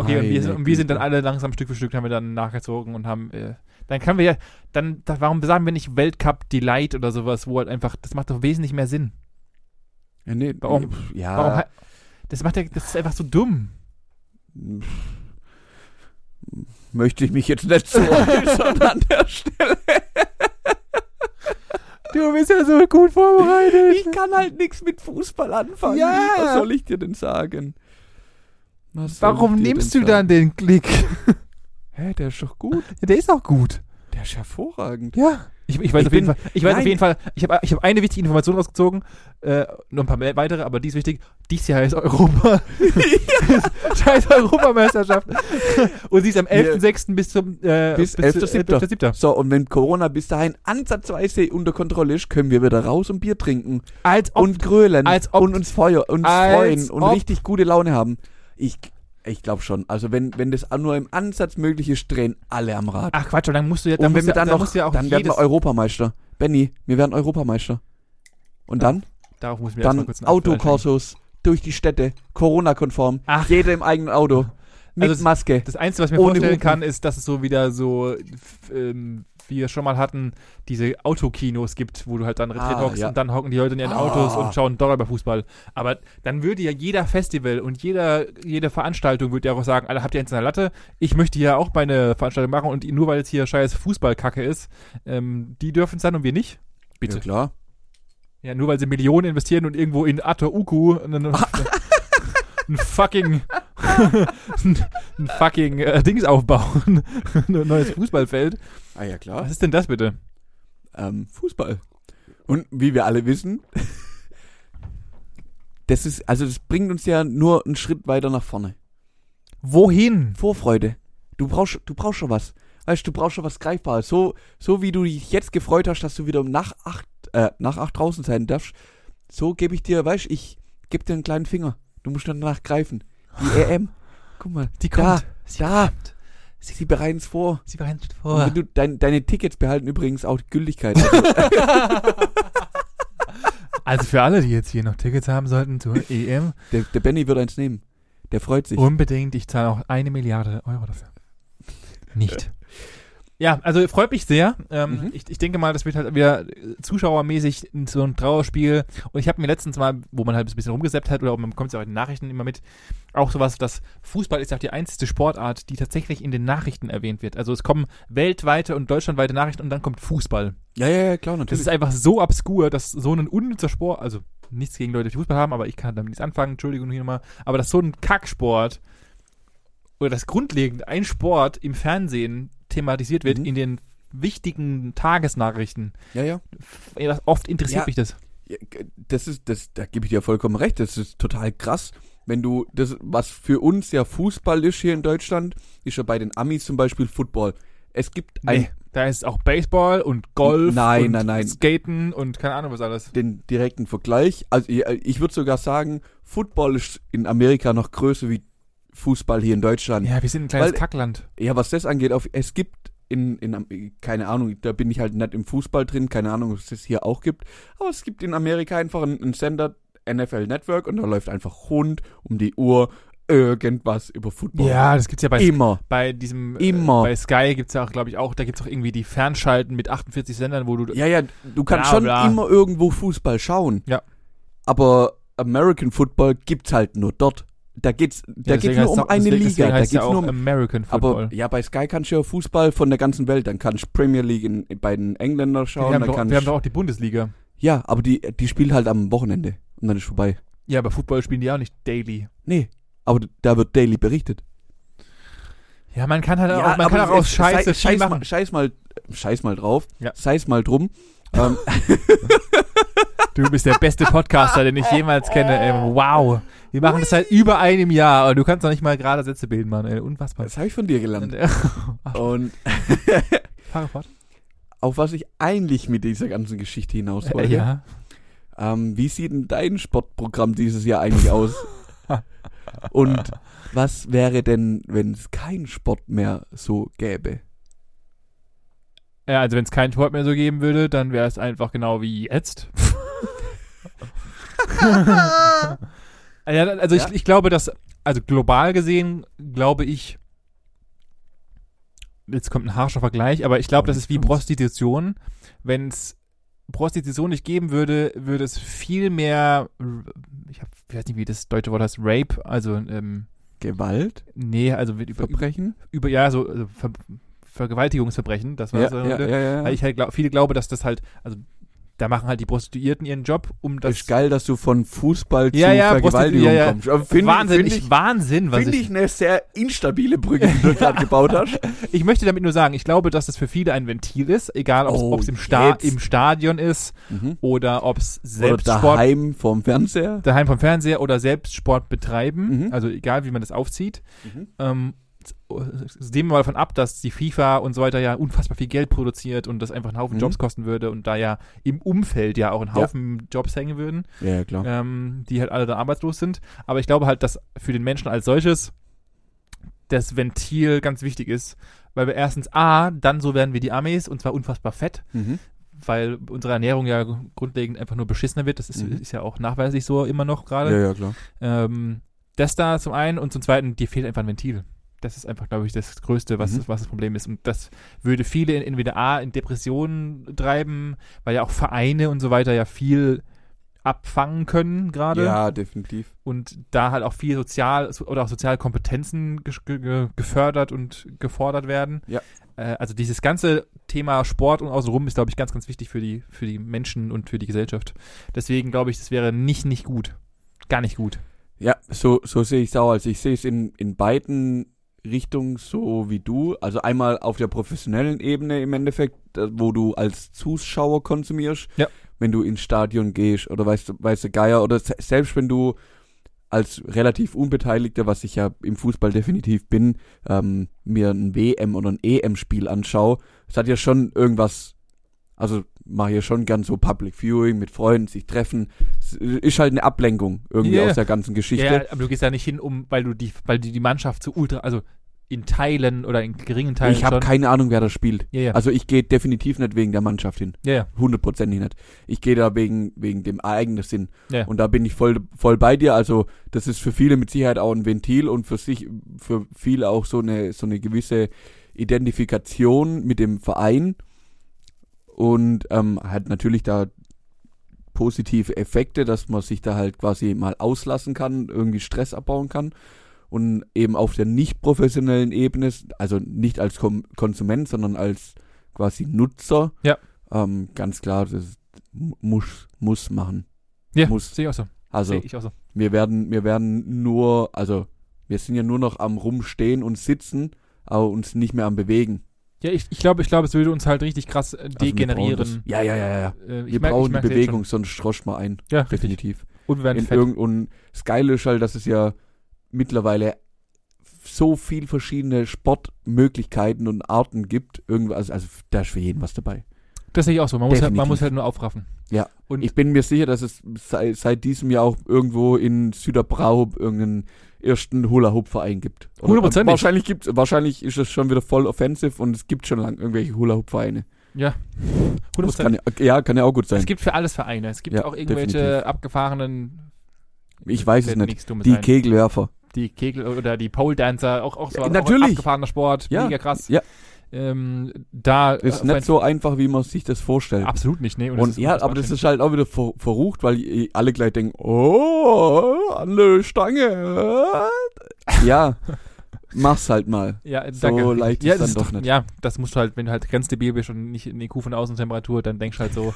Speaker 1: Okay, und wir,
Speaker 2: Meine
Speaker 1: sind, und wir sind dann
Speaker 2: Güte.
Speaker 1: alle langsam Stück für Stück haben wir dann nachgezogen und haben, äh, dann können wir ja, dann, da, warum sagen wir nicht Weltcup Delight oder sowas, wo halt einfach, das macht doch wesentlich mehr Sinn.
Speaker 2: Ja, nee,
Speaker 1: Warum-
Speaker 2: pf, Ja.
Speaker 1: Warum, ha- das macht ja, das ist einfach so dumm.
Speaker 2: Pf, Möchte ich mich jetzt nicht so äußern an der Stelle.
Speaker 1: Du bist ja so gut vorbereitet.
Speaker 2: Ich kann halt nichts mit Fußball anfangen.
Speaker 1: Ja.
Speaker 2: Was soll ich dir denn sagen? Was soll
Speaker 1: Warum
Speaker 2: ich dir
Speaker 1: nimmst
Speaker 2: denn
Speaker 1: du dann
Speaker 2: sagen?
Speaker 1: den Klick?
Speaker 2: Hä, der ist doch gut.
Speaker 1: Der ist auch gut.
Speaker 2: Der ist hervorragend.
Speaker 1: Ja. Ich, ich weiß,
Speaker 2: Ich
Speaker 1: auf, jeden
Speaker 2: bin-
Speaker 1: Fall, ich weiß auf
Speaker 2: Nein.
Speaker 1: jeden Fall, ich habe ich hab eine wichtige Information rausgezogen, äh, noch ein paar mehr, weitere, aber die ist wichtig. Dies Jahr ist Europa. Scheiß Europameisterschaft. Und sie ist am
Speaker 2: Wir-
Speaker 1: 11.06. bis zum äh,
Speaker 2: Bis
Speaker 1: zu-
Speaker 2: 11.07..
Speaker 1: äh, 11.07..
Speaker 2: So, und wenn Corona bis dahin ansatzweise unter Kontrolle ist, können wir wieder raus und Bier trinken
Speaker 1: Als ob,
Speaker 2: und grölen
Speaker 1: als ob-
Speaker 2: und uns Feuer uns
Speaker 1: als
Speaker 2: freuen und
Speaker 1: ob-
Speaker 2: richtig gute Laune haben. Ich, ich glaube schon. Also wenn, wenn das nur im Ansatz möglich ist, drehen alle am Rad.
Speaker 1: ach Quatsch, und dann musst du ja, dann
Speaker 2: und wenn
Speaker 1: musst
Speaker 2: wir
Speaker 1: ja,
Speaker 2: dann noch,
Speaker 1: musst du ja auch
Speaker 2: dann werden
Speaker 1: jedes,
Speaker 2: wir Europameister. Benny, wir werden Europameister. Und dann,
Speaker 1: darauf muss ich mir erst mal
Speaker 2: dann
Speaker 1: kurz einen Apfel einschenken.
Speaker 2: Autokorsos durch die Städte, Corona-konform,
Speaker 1: Ach.
Speaker 2: jeder im eigenen Auto, mit
Speaker 1: Also es-
Speaker 2: Maske.
Speaker 1: Das Einzige, was ich mir
Speaker 2: Ohne
Speaker 1: vorstellen
Speaker 2: Hupen.
Speaker 1: kann, ist, dass es so wieder so, f- ähm, wie wir schon mal hatten, diese Autokinos gibt, wo du halt dann
Speaker 2: Ah,
Speaker 1: ah, hockst
Speaker 2: ja.
Speaker 1: und dann hocken die Leute in ihren
Speaker 2: Ah.
Speaker 1: Autos und schauen dort über Fußball. Aber dann würde ja jeder Festival und jeder, jede Veranstaltung würde ja auch sagen, alle habt ihr eins in der Latte, ich möchte hier auch meine Veranstaltung machen und nur weil jetzt hier scheiß Fußballkacke ist, ähm, die dürfen es dann und wir nicht. Bitte.
Speaker 2: Ja, klar.
Speaker 1: Ja, nur weil sie Millionen investieren und irgendwo in Atauku einen, einen fucking ein fucking äh, Dings aufbauen, ein neues Fußballfeld.
Speaker 2: Ah ja, klar.
Speaker 1: Was ist denn das bitte?
Speaker 2: ähm, Fußball. Und wie wir alle wissen, das ist, also das bringt uns ja nur einen Schritt weiter nach vorne.
Speaker 1: Wohin?
Speaker 2: Vorfreude. Du brauchst, du brauchst schon was. Weißt du, du brauchst schon was Greifbares. So, so wie du dich jetzt gefreut hast, dass du wieder um nach acht, äh, nach acht draußen sein darfst, so gebe ich dir, weißt du, ich gebe dir einen kleinen Finger. Du musst dann danach greifen. Die EM. E Guck mal,
Speaker 1: Die
Speaker 2: da,
Speaker 1: kommt. Sie
Speaker 2: da.
Speaker 1: kommt.
Speaker 2: Sie, sie bereiten es vor.
Speaker 1: Sie behandelt
Speaker 2: Und
Speaker 1: vor.
Speaker 2: wenn du, dein, deine Tickets behalten übrigens auch Gültigkeit. Also,
Speaker 1: Also für alle, die jetzt hier noch Tickets haben sollten zur E EM,
Speaker 2: der, der Benny wird eins nehmen. Der freut sich.
Speaker 1: unbedingt. Ich zahle auch eine Milliarde Euro dafür. Nicht. Ja, also freut mich sehr. Ähm,
Speaker 2: Mhm.
Speaker 1: ich, ich denke mal, das wird halt wieder äh, zuschauermäßig so ein Trauerspiel. Und ich habe mir letztens mal, wo man halt ein bisschen rumgesäppt hat, oder man bekommt es ja auch in den Nachrichten immer mit, auch sowas, dass Fußball ist ja auch die einzige Sportart, die tatsächlich in den Nachrichten erwähnt wird. Also es kommen weltweite und deutschlandweite Nachrichten und dann kommt Fußball.
Speaker 2: Ja, ja, ja, klar,
Speaker 1: Das
Speaker 2: natürlich.
Speaker 1: ist einfach so obskur, dass so ein unnützer Sport, also nichts gegen Leute, die Fußball haben, aber ich kann damit nichts anfangen, Entschuldigung hier nochmal, aber dass so ein Kacksport oder das grundlegend ein Sport im Fernsehen thematisiert wird
Speaker 2: Mhm.
Speaker 1: in den wichtigen Tagesnachrichten.
Speaker 2: ja, ja.
Speaker 1: F- ja, Oft interessiert
Speaker 2: Ja.
Speaker 1: mich das.
Speaker 2: Ja, g- das ist, das, da gebe ich dir vollkommen recht, das ist total krass. Wenn du, das, was für uns ja Fußball ist hier in Deutschland, ist ja bei den Amis zum Beispiel Football. Es gibt ein,
Speaker 1: Nee, da ist auch Baseball und Golf
Speaker 2: Nein,
Speaker 1: und
Speaker 2: nein, nein.
Speaker 1: Skaten und keine Ahnung was alles.
Speaker 2: den direkten Vergleich. Also ja, ich würde sogar sagen, Football ist in Amerika noch größer wie Fußball hier in Deutschland.
Speaker 1: Ja, wir sind ein kleines
Speaker 2: Weil-
Speaker 1: Kackland.
Speaker 2: Ja, was das angeht, auf, es gibt in, in, Am- keine Ahnung, da bin ich halt nicht im Fußball drin, keine Ahnung, ob es das hier auch gibt, aber es gibt in Amerika einfach einen, einen Sender, NFL Network, und da läuft einfach rund um die Uhr irgendwas über Football.
Speaker 1: Ja, das gibt's ja bei
Speaker 2: immer.
Speaker 1: bei diesem
Speaker 2: Immer.
Speaker 1: Äh, bei Sky gibt's ja auch, glaube ich, auch, da gibt's auch irgendwie die Fernschalten mit 48 Sendern, wo du
Speaker 2: Ja, ja, du kannst
Speaker 1: Bla,
Speaker 2: schon
Speaker 1: bla.
Speaker 2: immer irgendwo Fußball schauen.
Speaker 1: Ja.
Speaker 2: Aber American Football gibt's halt nur dort. Da geht's, da
Speaker 1: deswegen
Speaker 2: geht's nur
Speaker 1: heißt
Speaker 2: um
Speaker 1: es auch-
Speaker 2: eine
Speaker 1: deswegen-
Speaker 2: Liga,
Speaker 1: Deswegen
Speaker 2: da
Speaker 1: heißt es
Speaker 2: geht's
Speaker 1: ja auch
Speaker 2: nur um
Speaker 1: American Football.
Speaker 2: Aber ja, bei Sky kannst du ja Fußball von der ganzen Welt. Dann kannst du Premier League in, bei den Engländern schauen.
Speaker 1: wir, haben
Speaker 2: dann
Speaker 1: doch,
Speaker 2: kannst,
Speaker 1: wir haben doch auch die Bundesliga.
Speaker 2: ja, aber die, die spielen halt am Wochenende und dann ist vorbei.
Speaker 1: Ja, aber Football spielen die auch nicht daily.
Speaker 2: Nee, aber da wird daily berichtet.
Speaker 1: Ja, man kann halt auch, man kann
Speaker 2: aber
Speaker 1: auch aus
Speaker 2: es-
Speaker 1: Scheiße viel
Speaker 2: scheiß, scheiß, mal,
Speaker 1: machen.
Speaker 2: scheiß mal, scheiß mal drauf.
Speaker 1: Ja.
Speaker 2: Scheiß mal drum. ähm,
Speaker 1: Du bist der beste Podcaster, den ich jemals kenne. Ey. Wow. Wir machen das seit über einem Jahr und du kannst doch nicht mal gerade Sätze bilden, Mann. Ey. Unfassbar. äh,
Speaker 2: das habe ich von dir gelernt.
Speaker 1: Ach,
Speaker 2: Und
Speaker 1: Fahre fort.
Speaker 2: auf was ich eigentlich mit dieser ganzen Geschichte hinaus
Speaker 1: Äh,
Speaker 2: wollte.
Speaker 1: ja.
Speaker 2: Ähm, wie sieht denn dein Sportprogramm dieses Jahr eigentlich aus? Und was wäre denn, wenn es keinen Sport mehr so gäbe?
Speaker 1: ja, also wenn es keinen Sport mehr so geben würde, dann wäre es einfach genau wie jetzt. Ah Ja, also
Speaker 2: Ja.
Speaker 1: Ich, ich glaube, dass, also global gesehen, glaube ich, jetzt kommt ein harscher Vergleich, aber ich glaube, das ist wie Prostitution. Wenn es Prostitution nicht geben würde, würde es viel mehr, r- ich, hab, ich weiß nicht, wie das deutsche Wort heißt, Rape, also, ähm,
Speaker 2: Gewalt?
Speaker 1: nee, also wird über,
Speaker 2: Verbrechen?
Speaker 1: über ja, so also Ver, Vergewaltigungsverbrechen, das war das. äh,
Speaker 2: ja,
Speaker 1: Weil ich halt glaub, viele glaube, dass das halt, also da machen halt die Prostituierten ihren Job, um das
Speaker 2: ist geil, dass du von Fußball
Speaker 1: Ja,
Speaker 2: zu
Speaker 1: ja,
Speaker 2: Vergewaltigung
Speaker 1: Prostitu- ja, ja.
Speaker 2: kommst. Aber Find,
Speaker 1: Wahnsinn,
Speaker 2: Finde
Speaker 1: ich, Wahnsinn, was
Speaker 2: find
Speaker 1: ich.
Speaker 2: ich eine sehr instabile Brücke, die du gerade gebaut hast.
Speaker 1: Ich möchte damit nur sagen, ich glaube, dass das für viele ein Ventil ist, egal
Speaker 2: Oh,
Speaker 1: ob es im, Sta
Speaker 2: jetzt.
Speaker 1: im Stadion ist
Speaker 2: Mhm.
Speaker 1: oder ob es
Speaker 2: Oder
Speaker 1: selbst Sport
Speaker 2: daheim vorm Fernseher.
Speaker 1: daheim vom Fernseher oder selbst Sport betreiben,
Speaker 2: Mhm.
Speaker 1: also egal wie man das aufzieht.
Speaker 2: Mhm.
Speaker 1: Ähm, z- oh, s- sehen wir mal davon ab, dass die FIFA und so weiter ja unfassbar viel Geld produziert und das einfach einen Haufen
Speaker 2: Mhm.
Speaker 1: Jobs kosten würde und da ja im Umfeld ja auch ein
Speaker 2: Ja.
Speaker 1: Haufen Jobs hängen würden
Speaker 2: Ja, ja, klar.
Speaker 1: ähm, die halt alle da arbeitslos sind. Aber ich glaube halt, dass für den Menschen als solches das Ventil ganz wichtig ist, weil wir erstens A, dann so werden wir die Armees und zwar unfassbar fett,
Speaker 2: Mhm.
Speaker 1: weil unsere Ernährung ja grundlegend einfach nur beschissener wird. Das ist,
Speaker 2: Mhm.
Speaker 1: ist ja auch nachweislich so immer noch
Speaker 2: Ja,
Speaker 1: gerade.
Speaker 2: ja, klar.
Speaker 1: Ähm, das da zum einen und zum zweiten, dir fehlt einfach ein Ventil. Das ist einfach, glaube ich, das Größte, was,
Speaker 2: Mhm.
Speaker 1: was das Problem ist. Und das würde viele in, entweder A, in Depressionen treiben, weil ja auch Vereine und so weiter ja viel abfangen können gerade
Speaker 2: Ja, definitiv.
Speaker 1: und da halt auch viel sozial oder auch soziale Kompetenzen gesch- ge ge gefördert und gefordert werden.
Speaker 2: Ja.
Speaker 1: Äh, also dieses ganze Thema Sport und außenrum ist, glaube ich, ganz, ganz wichtig für die, für die Menschen und für die Gesellschaft. Deswegen glaube ich, das wäre nicht, nicht gut. Gar nicht gut.
Speaker 2: Ja, so, so sehe ich es auch. Also ich sehe es in, in beiden Richtungen so wie du. Also einmal auf der professionellen Ebene im Endeffekt, da- wo du als Zuschauer konsumierst,
Speaker 1: Ja.
Speaker 2: wenn du ins Stadion gehst oder weißt, du- weißt du Geier oder se selbst wenn du als relativ Unbeteiligter, was ich ja im Fußball definitiv bin, ähm, mir ein WM oder ein EM-Spiel anschaue, es hat ja schon irgendwas, also mache ja schon gern so Public Viewing mit Freunden, sich treffen. Es ist halt eine Ablenkung irgendwie
Speaker 1: Ja.
Speaker 2: aus der ganzen Geschichte.
Speaker 1: Ja, aber du gehst ja nicht hin, um, weil du die, weil die, die Mannschaft zu ultra, also in Teilen oder in geringen Teilen
Speaker 2: ich habe
Speaker 1: schon-
Speaker 2: keine Ahnung, wer das spielt.
Speaker 1: ja, ja.
Speaker 2: Also ich gehe definitiv nicht wegen der Mannschaft hin.
Speaker 1: ja, ja.
Speaker 2: hundertprozentig nicht. Ich gehe da wegen, wegen dem eigenen Sinn.
Speaker 1: Ja.
Speaker 2: Und da bin ich voll, voll bei dir. Also, das ist für viele mit Sicherheit auch ein Ventil und für sich, für viele auch so eine, so eine gewisse Identifikation mit dem Verein. Und ähm, hat natürlich da positive Effekte, dass man sich da halt quasi mal auslassen kann, irgendwie Stress abbauen kann. Und eben auf der nicht professionellen Ebene, also nicht als Kom Konsument, sondern als quasi Nutzer,
Speaker 1: Ja.
Speaker 2: ähm, ganz klar, das ist- mu- muss, muss machen.
Speaker 1: ja
Speaker 2: muss.
Speaker 1: sehe ich auch so.
Speaker 2: Also
Speaker 1: Sehe ich auch so.
Speaker 2: wir werden, wir werden nur, also wir sind ja nur noch am Rumstehen und Sitzen, aber uns nicht mehr am Bewegen.
Speaker 1: Ja, ich, ich glaube, ich glaube, es würde uns halt richtig krass äh,
Speaker 2: Also wir
Speaker 1: degenerieren.
Speaker 2: brauchen das- Ja, ja, ja, ja.
Speaker 1: Äh, ich
Speaker 2: Wir
Speaker 1: merk- ich
Speaker 2: brauchen
Speaker 1: merk
Speaker 2: die
Speaker 1: das jetzt
Speaker 2: Bewegung, sonst schrosch mal ein.
Speaker 1: schon. Ja, richtig.
Speaker 2: Definitiv.
Speaker 1: Und wir werden
Speaker 2: In
Speaker 1: fett.
Speaker 2: irgend, und das Geile ist halt, dass es ja mittlerweile so viel verschiedene Sportmöglichkeiten und Arten gibt. Irgendwas, also, also da ist für jeden was dabei.
Speaker 1: Das sehe ich auch so. Man muss, halt, man
Speaker 2: Definitiv.
Speaker 1: muss halt nur aufraffen. Und-
Speaker 2: Ich bin mir sicher, dass es sei, seit diesem Jahr auch irgendwo in Süderbrau irgendeinen ersten Hula-Hoop-Verein gibt. Oder-
Speaker 1: Hundertprozentig.
Speaker 2: Wahrscheinlich, gibt's, wahrscheinlich ist es schon wieder voll offensiv und es gibt schon lange irgendwelche Hula-Hoop-Vereine. Das
Speaker 1: 100%.
Speaker 2: Kann, ja- ja, kann ja auch gut sein.
Speaker 1: Es gibt für alles Vereine. Es gibt
Speaker 2: Ja,
Speaker 1: auch irgendwelche
Speaker 2: definitiv.
Speaker 1: abgefahrenen.
Speaker 2: Ich weiß es
Speaker 1: Wird
Speaker 2: nicht.
Speaker 1: nichts Dummes
Speaker 2: Die
Speaker 1: sein.
Speaker 2: Kegelwerfer.
Speaker 1: die Kegel oder die Pole Dancer, auch, auch so
Speaker 2: Ja,
Speaker 1: was,
Speaker 2: natürlich.
Speaker 1: Auch abgefahrener Sport,
Speaker 2: Ja,
Speaker 1: mega krass.
Speaker 2: ja.
Speaker 1: Ähm, da
Speaker 2: Ist
Speaker 1: äh,
Speaker 2: nicht so einfach, wie man sich das vorstellt.
Speaker 1: absolut nicht, ne?
Speaker 2: Und ja, aber das ist halt auch wieder ver verrucht, weil i- alle gleich denken, oh, an der Stange. äh. Ja, mach's halt mal.
Speaker 1: ja, äh,
Speaker 2: so
Speaker 1: danke.
Speaker 2: leicht
Speaker 1: ja,
Speaker 2: ist
Speaker 1: das
Speaker 2: dann doch nicht.
Speaker 1: Ja, das musst du halt, wenn du halt grenzdebil bist und nicht in EQ von Außentemperatur, dann denkst du halt so,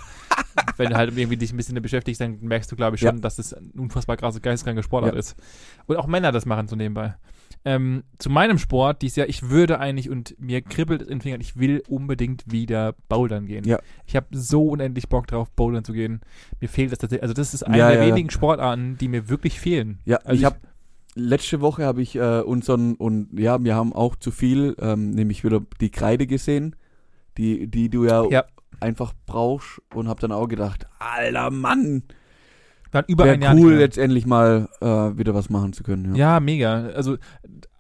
Speaker 1: wenn du halt irgendwie dich ein bisschen beschäftigst, dann merkst du, glaube ich, schon, dass das ein unfassbar krasse geisteskranke Sportart
Speaker 2: Ja.
Speaker 1: ist. Und auch Männer das machen so nebenbei. Ähm, zu meinem Sport dieses Jahr, ich würde eigentlich und mir kribbelt es in den Fingern, ich will unbedingt wieder Bouldern gehen.
Speaker 2: Ja.
Speaker 1: Ich habe so unendlich Bock drauf, Bouldern zu gehen. Mir fehlt das tatsächlich. Also, das ist eine
Speaker 2: Ja,
Speaker 1: der
Speaker 2: ja, ja.
Speaker 1: wenigen Sportarten, die mir wirklich fehlen.
Speaker 2: Ja,
Speaker 1: Also
Speaker 2: ich habe letzte Woche habe ich äh, unseren und ja, wir haben auch zu viel, ähm, nämlich wieder die Kreide gesehen, die die du ja,
Speaker 1: Ja.
Speaker 2: einfach brauchst und habe dann auch gedacht, alter Mann,
Speaker 1: waren über ein
Speaker 2: wäre
Speaker 1: Jahr.
Speaker 2: cool
Speaker 1: nicht mehr.
Speaker 2: jetzt endlich mal äh, wieder was machen zu können. Ja.
Speaker 1: Ja, mega. Also d-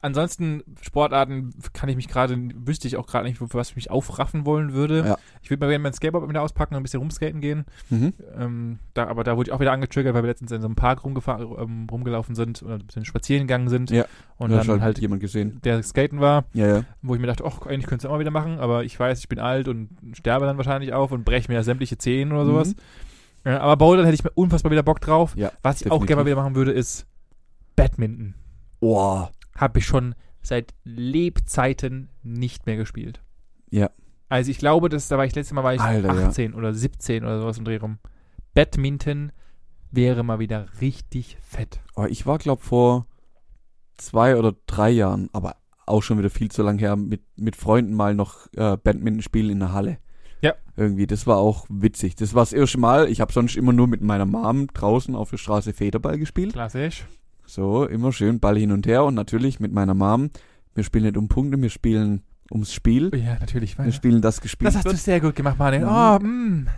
Speaker 1: ansonsten Sportarten kann ich mich gerade, wüsste ich auch gerade nicht, für was ich mich aufraffen wollen würde.
Speaker 2: Ja.
Speaker 1: Ich würde mal gerne mein Skateboard wieder auspacken und ein bisschen rumskaten gehen.
Speaker 2: Mhm.
Speaker 1: Ähm, da, aber da wurde ich auch wieder angetriggert, weil wir letztens in so einem Park rumgefahren, ähm, rumgelaufen sind oder ein bisschen spazieren gegangen sind.
Speaker 2: Ja.
Speaker 1: Und
Speaker 2: Da
Speaker 1: dann
Speaker 2: hat schon
Speaker 1: halt
Speaker 2: jemand gesehen.
Speaker 1: der Skaten war,
Speaker 2: Ja, ja.
Speaker 1: wo ich mir dachte, ach, eigentlich könntest du auch mal wieder machen, aber ich weiß, ich bin alt und sterbe dann wahrscheinlich auf und breche mir sämtliche Zehen oder sowas.
Speaker 2: Mhm.
Speaker 1: Äh, aber Bouldern hätte ich mir unfassbar wieder Bock drauf.
Speaker 2: Ja,
Speaker 1: was ich auch
Speaker 2: definitiv.
Speaker 1: gerne mal wieder machen würde, ist Badminton
Speaker 2: Oh,
Speaker 1: habe ich schon seit Lebzeiten nicht mehr gespielt.
Speaker 2: Ja.
Speaker 1: Also ich glaube, das, da war ich letztes Mal war ich
Speaker 2: Alter, ja.
Speaker 1: 18 oder 17 oder sowas im Dreh rum. Badminton wäre mal wieder richtig fett.
Speaker 2: Aber ich war, glaube vor zwei oder drei Jahren, aber auch schon wieder viel zu lang her, mit, mit Freunden mal noch äh, Badminton spielen in der Halle.
Speaker 1: Ja.
Speaker 2: Irgendwie, das war auch witzig. Das war das erste Mal. Ich habe sonst immer nur mit meiner Mom draußen auf der Straße Federball gespielt.
Speaker 1: Klassisch.
Speaker 2: So, immer schön Ball hin und her und natürlich mit meiner Mom. Wir spielen nicht um Punkte, wir spielen ums Spiel.
Speaker 1: Ja, natürlich.
Speaker 2: Wir spielen das gespielt.
Speaker 1: Das hast du sehr gut gemacht, Manuel.
Speaker 2: Mhm.
Speaker 1: Oh, mm,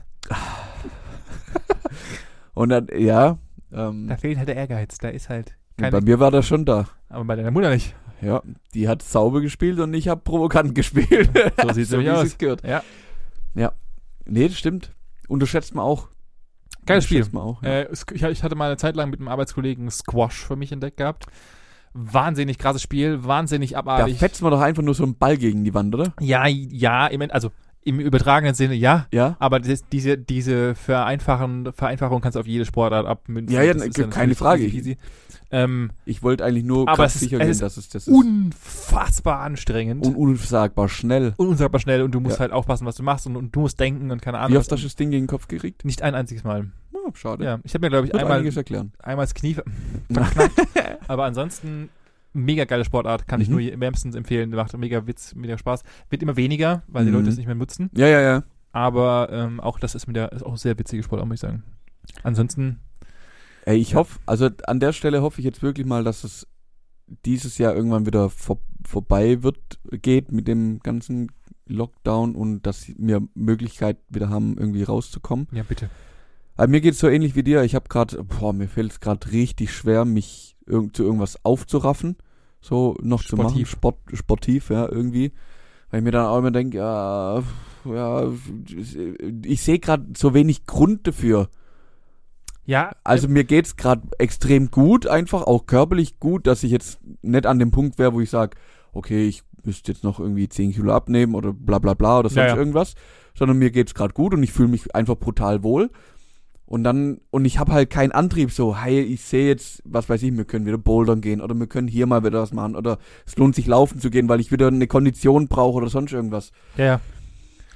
Speaker 2: und dann, ja, ähm,
Speaker 1: da fehlt halt der Ehrgeiz. Da ist halt
Speaker 2: bei
Speaker 1: keine.
Speaker 2: mir war das schon da.
Speaker 1: Aber bei deiner Mutter nicht.
Speaker 2: Ja, die hat sauber gespielt und ich habe provokant gespielt.
Speaker 1: So sieht's nämlich
Speaker 2: wie
Speaker 1: aus.
Speaker 2: sich's gehört.
Speaker 1: Ja.
Speaker 2: Ja. Nee, das stimmt. Unterschätzt man auch.
Speaker 1: Geiles Spiel.
Speaker 2: Unterschätzt Man auch, ja.
Speaker 1: Äh, Sk- ich, ich hatte mal eine Zeit lang mit einem Arbeitskollegen Squash für mich entdeckt gehabt. Wahnsinnig krasses Spiel, wahnsinnig
Speaker 2: da
Speaker 1: abartig.
Speaker 2: fetzt man doch einfach nur so einen Ball gegen die Wand, oder?
Speaker 1: Ja, ja, im, End- also im übertragenen Sinne ja,
Speaker 2: Ja.
Speaker 1: aber das ist diese, diese Vereinfachen, Vereinfachung kannst du auf jede Sportart abmünzen.
Speaker 2: Ja, ja,
Speaker 1: Das ist
Speaker 2: keine
Speaker 1: natürlich
Speaker 2: Frage.
Speaker 1: Easy, peasy. Ähm,
Speaker 2: Ich wollte eigentlich nur
Speaker 1: Aber
Speaker 2: krass
Speaker 1: es ist-
Speaker 2: sicher
Speaker 1: es
Speaker 2: gehen,
Speaker 1: ist
Speaker 2: dass es das ist.
Speaker 1: unfassbar anstrengend
Speaker 2: Und unsagbar schnell.
Speaker 1: unsagbar schnell und du musst
Speaker 2: Ja.
Speaker 1: halt aufpassen, was du machst und, und du musst denken und keine Ahnung.
Speaker 2: Wie
Speaker 1: was.
Speaker 2: oft hast du das Ding gegen den Kopf gekriegt?
Speaker 1: nicht ein einziges Mal.
Speaker 2: Oh, schade.
Speaker 1: Ja, ich habe mir glaube ich
Speaker 2: Wird
Speaker 1: einmal
Speaker 2: einiges erklären.
Speaker 1: einmal das Knie ver- verknackt. aber ansonsten mega geile Sportart, kann ich
Speaker 2: Mhm.
Speaker 1: nur je- wärmstens empfehlen, macht mega Witz, mega Spaß. Wird immer weniger, weil die
Speaker 2: Mhm.
Speaker 1: Leute es nicht mehr nutzen.
Speaker 2: Ja, ja, ja.
Speaker 1: Aber ähm, auch das ist mit der ist auch sehr witzige Sport, muss ich sagen. Ansonsten
Speaker 2: Ey, ich hoffe, also an der Stelle hoffe ich jetzt wirklich mal, dass es dieses Jahr irgendwann wieder vor, vorbei wird, geht mit dem ganzen Lockdown und dass wir Möglichkeit wieder haben, irgendwie rauszukommen.
Speaker 1: Ja, bitte.
Speaker 2: Aber mir geht's so ähnlich wie dir. Ich habe gerade, boah, mir fällt's grad gerade richtig schwer, mich irgend, zu irgendwas aufzuraffen. So noch zu machen.
Speaker 1: Sportiv.
Speaker 2: Sport, sportiv, ja, irgendwie. Weil ich mir dann auch immer denke, ja, ja, ich sehe gerade so wenig Grund dafür.
Speaker 1: Ja,
Speaker 2: Also mir geht's grad gerade extrem gut, einfach auch körperlich gut, dass ich jetzt nicht an dem Punkt wäre, wo ich sage, okay, ich müsste jetzt noch irgendwie 10 Kilo abnehmen oder bla bla bla oder sonst
Speaker 1: Ja, ja.
Speaker 2: irgendwas, sondern mir geht's grad gerade gut und ich fühle mich einfach brutal wohl. Und dann, und ich habe halt keinen Antrieb, so, hey, ich sehe jetzt, was weiß ich, wir können wieder bouldern gehen oder wir können hier mal wieder was machen oder es lohnt sich laufen zu gehen, weil ich wieder eine Kondition brauche oder sonst irgendwas.
Speaker 1: ja, ja.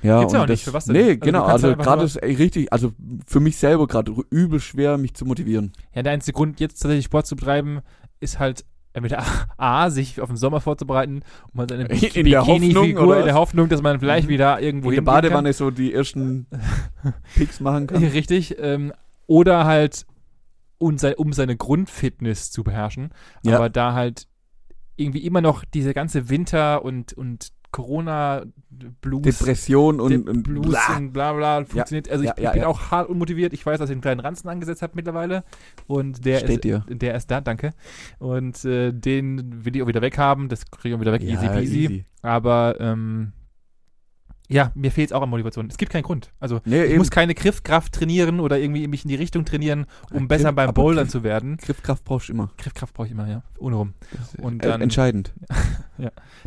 Speaker 2: Ja,
Speaker 1: Gibt's ja
Speaker 2: und
Speaker 1: auch nicht, für was denn?
Speaker 2: Nee,
Speaker 1: Also du
Speaker 2: genau,
Speaker 1: kannst
Speaker 2: also
Speaker 1: halt einfach
Speaker 2: gerade
Speaker 1: nur-
Speaker 2: ist ey, richtig, also für mich selber gerade übel schwer, mich zu motivieren.
Speaker 1: Ja, der einzige Grund, jetzt tatsächlich Sport zu betreiben, ist halt entweder A, sich auf den Sommer vorzubereiten, um halt eine
Speaker 2: In- in der Hoffnung,
Speaker 1: Bikini-Figur
Speaker 2: oder
Speaker 1: in der
Speaker 2: was?
Speaker 1: Hoffnung, dass man vielleicht
Speaker 2: Mhm.
Speaker 1: wieder irgendwo
Speaker 2: Wo in der
Speaker 1: hingehen
Speaker 2: Badewanne so die ersten Picks machen
Speaker 1: kann.
Speaker 2: kann.
Speaker 1: Richtig. Ähm, oder halt, um, sein, um seine Grundfitness zu beherrschen.
Speaker 2: Ja.
Speaker 1: Aber da halt irgendwie immer noch diese ganze Winter- und, und Corona-Blues
Speaker 2: Depression und,
Speaker 1: und,
Speaker 2: und
Speaker 1: Blues
Speaker 2: bla.
Speaker 1: und bla bla funktioniert. also ich,
Speaker 2: ja, ja,
Speaker 1: ich bin
Speaker 2: ja.
Speaker 1: auch hart unmotiviert. Ich weiß, dass ich einen kleinen Ranzen angesetzt habe mittlerweile. Und der ist,
Speaker 2: Steht dir.
Speaker 1: der ist da, danke. Und äh, den will ich auch wieder weghaben. Das kriege ich auch wieder weg. easy
Speaker 2: Ja,
Speaker 1: peasy. Aber ähm, ja, mir fehlt es auch an Motivation. Es gibt keinen Grund. Also
Speaker 2: Nee,
Speaker 1: ich
Speaker 2: eben.
Speaker 1: muss keine Griffkraft trainieren oder irgendwie mich in die Richtung trainieren, um
Speaker 2: Ja,
Speaker 1: besser
Speaker 2: Griff-
Speaker 1: beim
Speaker 2: aber
Speaker 1: Bouldern
Speaker 2: Griff-
Speaker 1: zu werden.
Speaker 2: Griffkraft brauchst du immer.
Speaker 1: Griffkraft brauche ich immer, ja. Ohne rum.
Speaker 2: Das ist
Speaker 1: Und
Speaker 2: e-
Speaker 1: dann-
Speaker 2: entscheidend.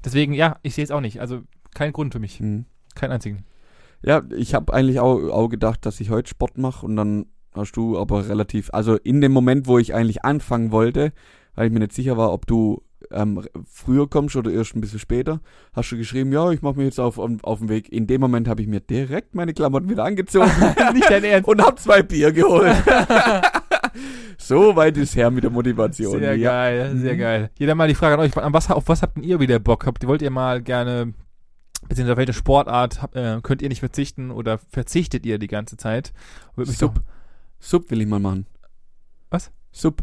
Speaker 1: Deswegen, ja, ich sehe es auch nicht. Also kein Grund für mich.
Speaker 2: Mhm.
Speaker 1: Keinen einzigen.
Speaker 2: Ja, ich habe eigentlich auch, auch gedacht, dass ich heute Sport mache und dann hast du aber relativ, also in dem Moment, wo ich eigentlich anfangen wollte, weil ich mir nicht sicher war, ob du ähm, r- früher kommst oder erst ein bisschen später, hast du geschrieben, ja, ich mache mich jetzt auf, auf, auf den Weg. In dem Moment habe ich mir direkt meine Klamotten wieder angezogen
Speaker 1: nicht dein Ernst.
Speaker 2: und hab zwei Bier geholt. so weit ist her mit der Motivation.
Speaker 1: Sehr
Speaker 2: ja.
Speaker 1: geil, sehr
Speaker 2: Mhm.
Speaker 1: geil. Jeder mal die Frage an euch, an was, auf was habt denn ihr wieder Bock? Habt, wollt ihr mal gerne, beziehungsweise auf welche Sportart hab- äh, könnt ihr nicht verzichten oder verzichtet ihr die ganze Zeit? Würde mich
Speaker 2: Sub.
Speaker 1: doch-
Speaker 2: Sub will ich mal machen.
Speaker 1: Was?
Speaker 2: Sub,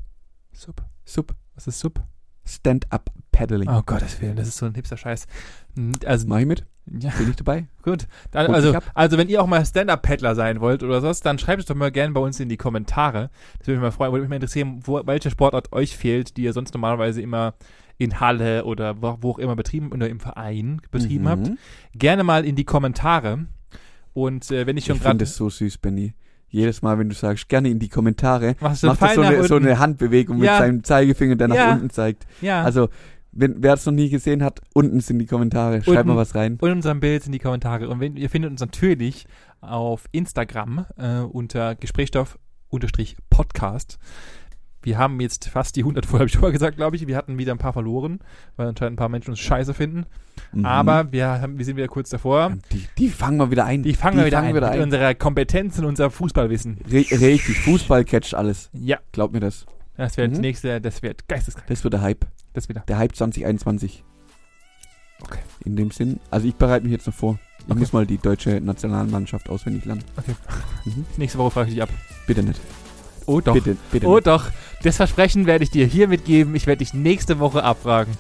Speaker 1: Sub.
Speaker 2: Sub,
Speaker 1: Was ist Sub?
Speaker 2: Stand-up-Paddling.
Speaker 1: Oh Gottes Willen, das ist so ein hipster Scheiß. N- Also,
Speaker 2: Mach ich mit?
Speaker 1: ja,
Speaker 2: Bin ich dabei?
Speaker 1: gut. Dann,
Speaker 2: Und
Speaker 1: also,
Speaker 2: ich hab-
Speaker 1: also, wenn ihr auch mal Stand-Up-Paddler sein wollt oder sowas, dann schreibt es doch mal gerne bei uns in die Kommentare. Das würde mich mal freuen. Würde mich mal interessieren, wo, welche Sportart euch fehlt, die ihr sonst normalerweise immer in Halle oder wo, wo auch immer betrieben oder im Verein betrieben habt.
Speaker 2: Mhm.
Speaker 1: gerne mal in die Kommentare. Und äh, wenn ich schon
Speaker 2: Ich finde
Speaker 1: gerade.
Speaker 2: das so süß, Benny. Jedes Mal, wenn du sagst, gerne in die Kommentare,
Speaker 1: Machst
Speaker 2: macht er so eine, so eine Handbewegung
Speaker 1: Ja.
Speaker 2: mit seinem Zeigefinger, der nach
Speaker 1: Ja.
Speaker 2: unten zeigt.
Speaker 1: ja.
Speaker 2: Also, wenn, wer es noch nie gesehen hat, unten sind die Kommentare. Schreib
Speaker 1: Unten.
Speaker 2: mal was rein.
Speaker 1: in unserem Bild in die Kommentare. Und wenn, ihr findet uns natürlich auf Instagram äh, unter Gesprächsstoff-Podcast. Wir haben jetzt fast die 100 voll, habe ich schon mal gesagt, glaube ich. Wir hatten wieder ein paar verloren, weil anscheinend ein paar Menschen uns scheiße finden.
Speaker 2: Mhm.
Speaker 1: Aber wir, haben, wir sind wieder kurz davor.
Speaker 2: Die, die fangen wir wieder ein.
Speaker 1: Die fangen wir wieder, ein,
Speaker 2: wieder
Speaker 1: mit unserer Kompetenz und unser Fußballwissen.
Speaker 2: Re- Richtig, Fußball catcht alles.
Speaker 1: Ja,
Speaker 2: Glaub mir das.
Speaker 1: das wird das
Speaker 2: Mhm.
Speaker 1: nächste, das wird geisteskrank.
Speaker 2: Das wird der Hype.
Speaker 1: Das wieder.
Speaker 2: Der Hype 2021.
Speaker 1: Okay.
Speaker 2: In dem Sinn, also ich bereite mich jetzt noch vor. Ich
Speaker 1: Okay.
Speaker 2: muss mal die deutsche Nationalmannschaft auswendig lernen. Mhm.
Speaker 1: Nächste Woche frage ich dich ab.
Speaker 2: Bitte nicht.
Speaker 1: Oh doch.
Speaker 2: Bitte, bitte.
Speaker 1: Oh
Speaker 2: nicht.
Speaker 1: doch, das Versprechen werde ich dir hiermit geben. Ich werde dich nächste Woche abfragen.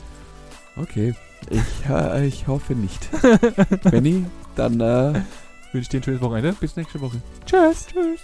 Speaker 2: Okay. Ich, äh, ich hoffe nicht. Benny, dann äh,
Speaker 1: Wünsche dir ein schönes Wochenende.
Speaker 2: bis nächste Woche.
Speaker 1: Tschüss. Tschüss.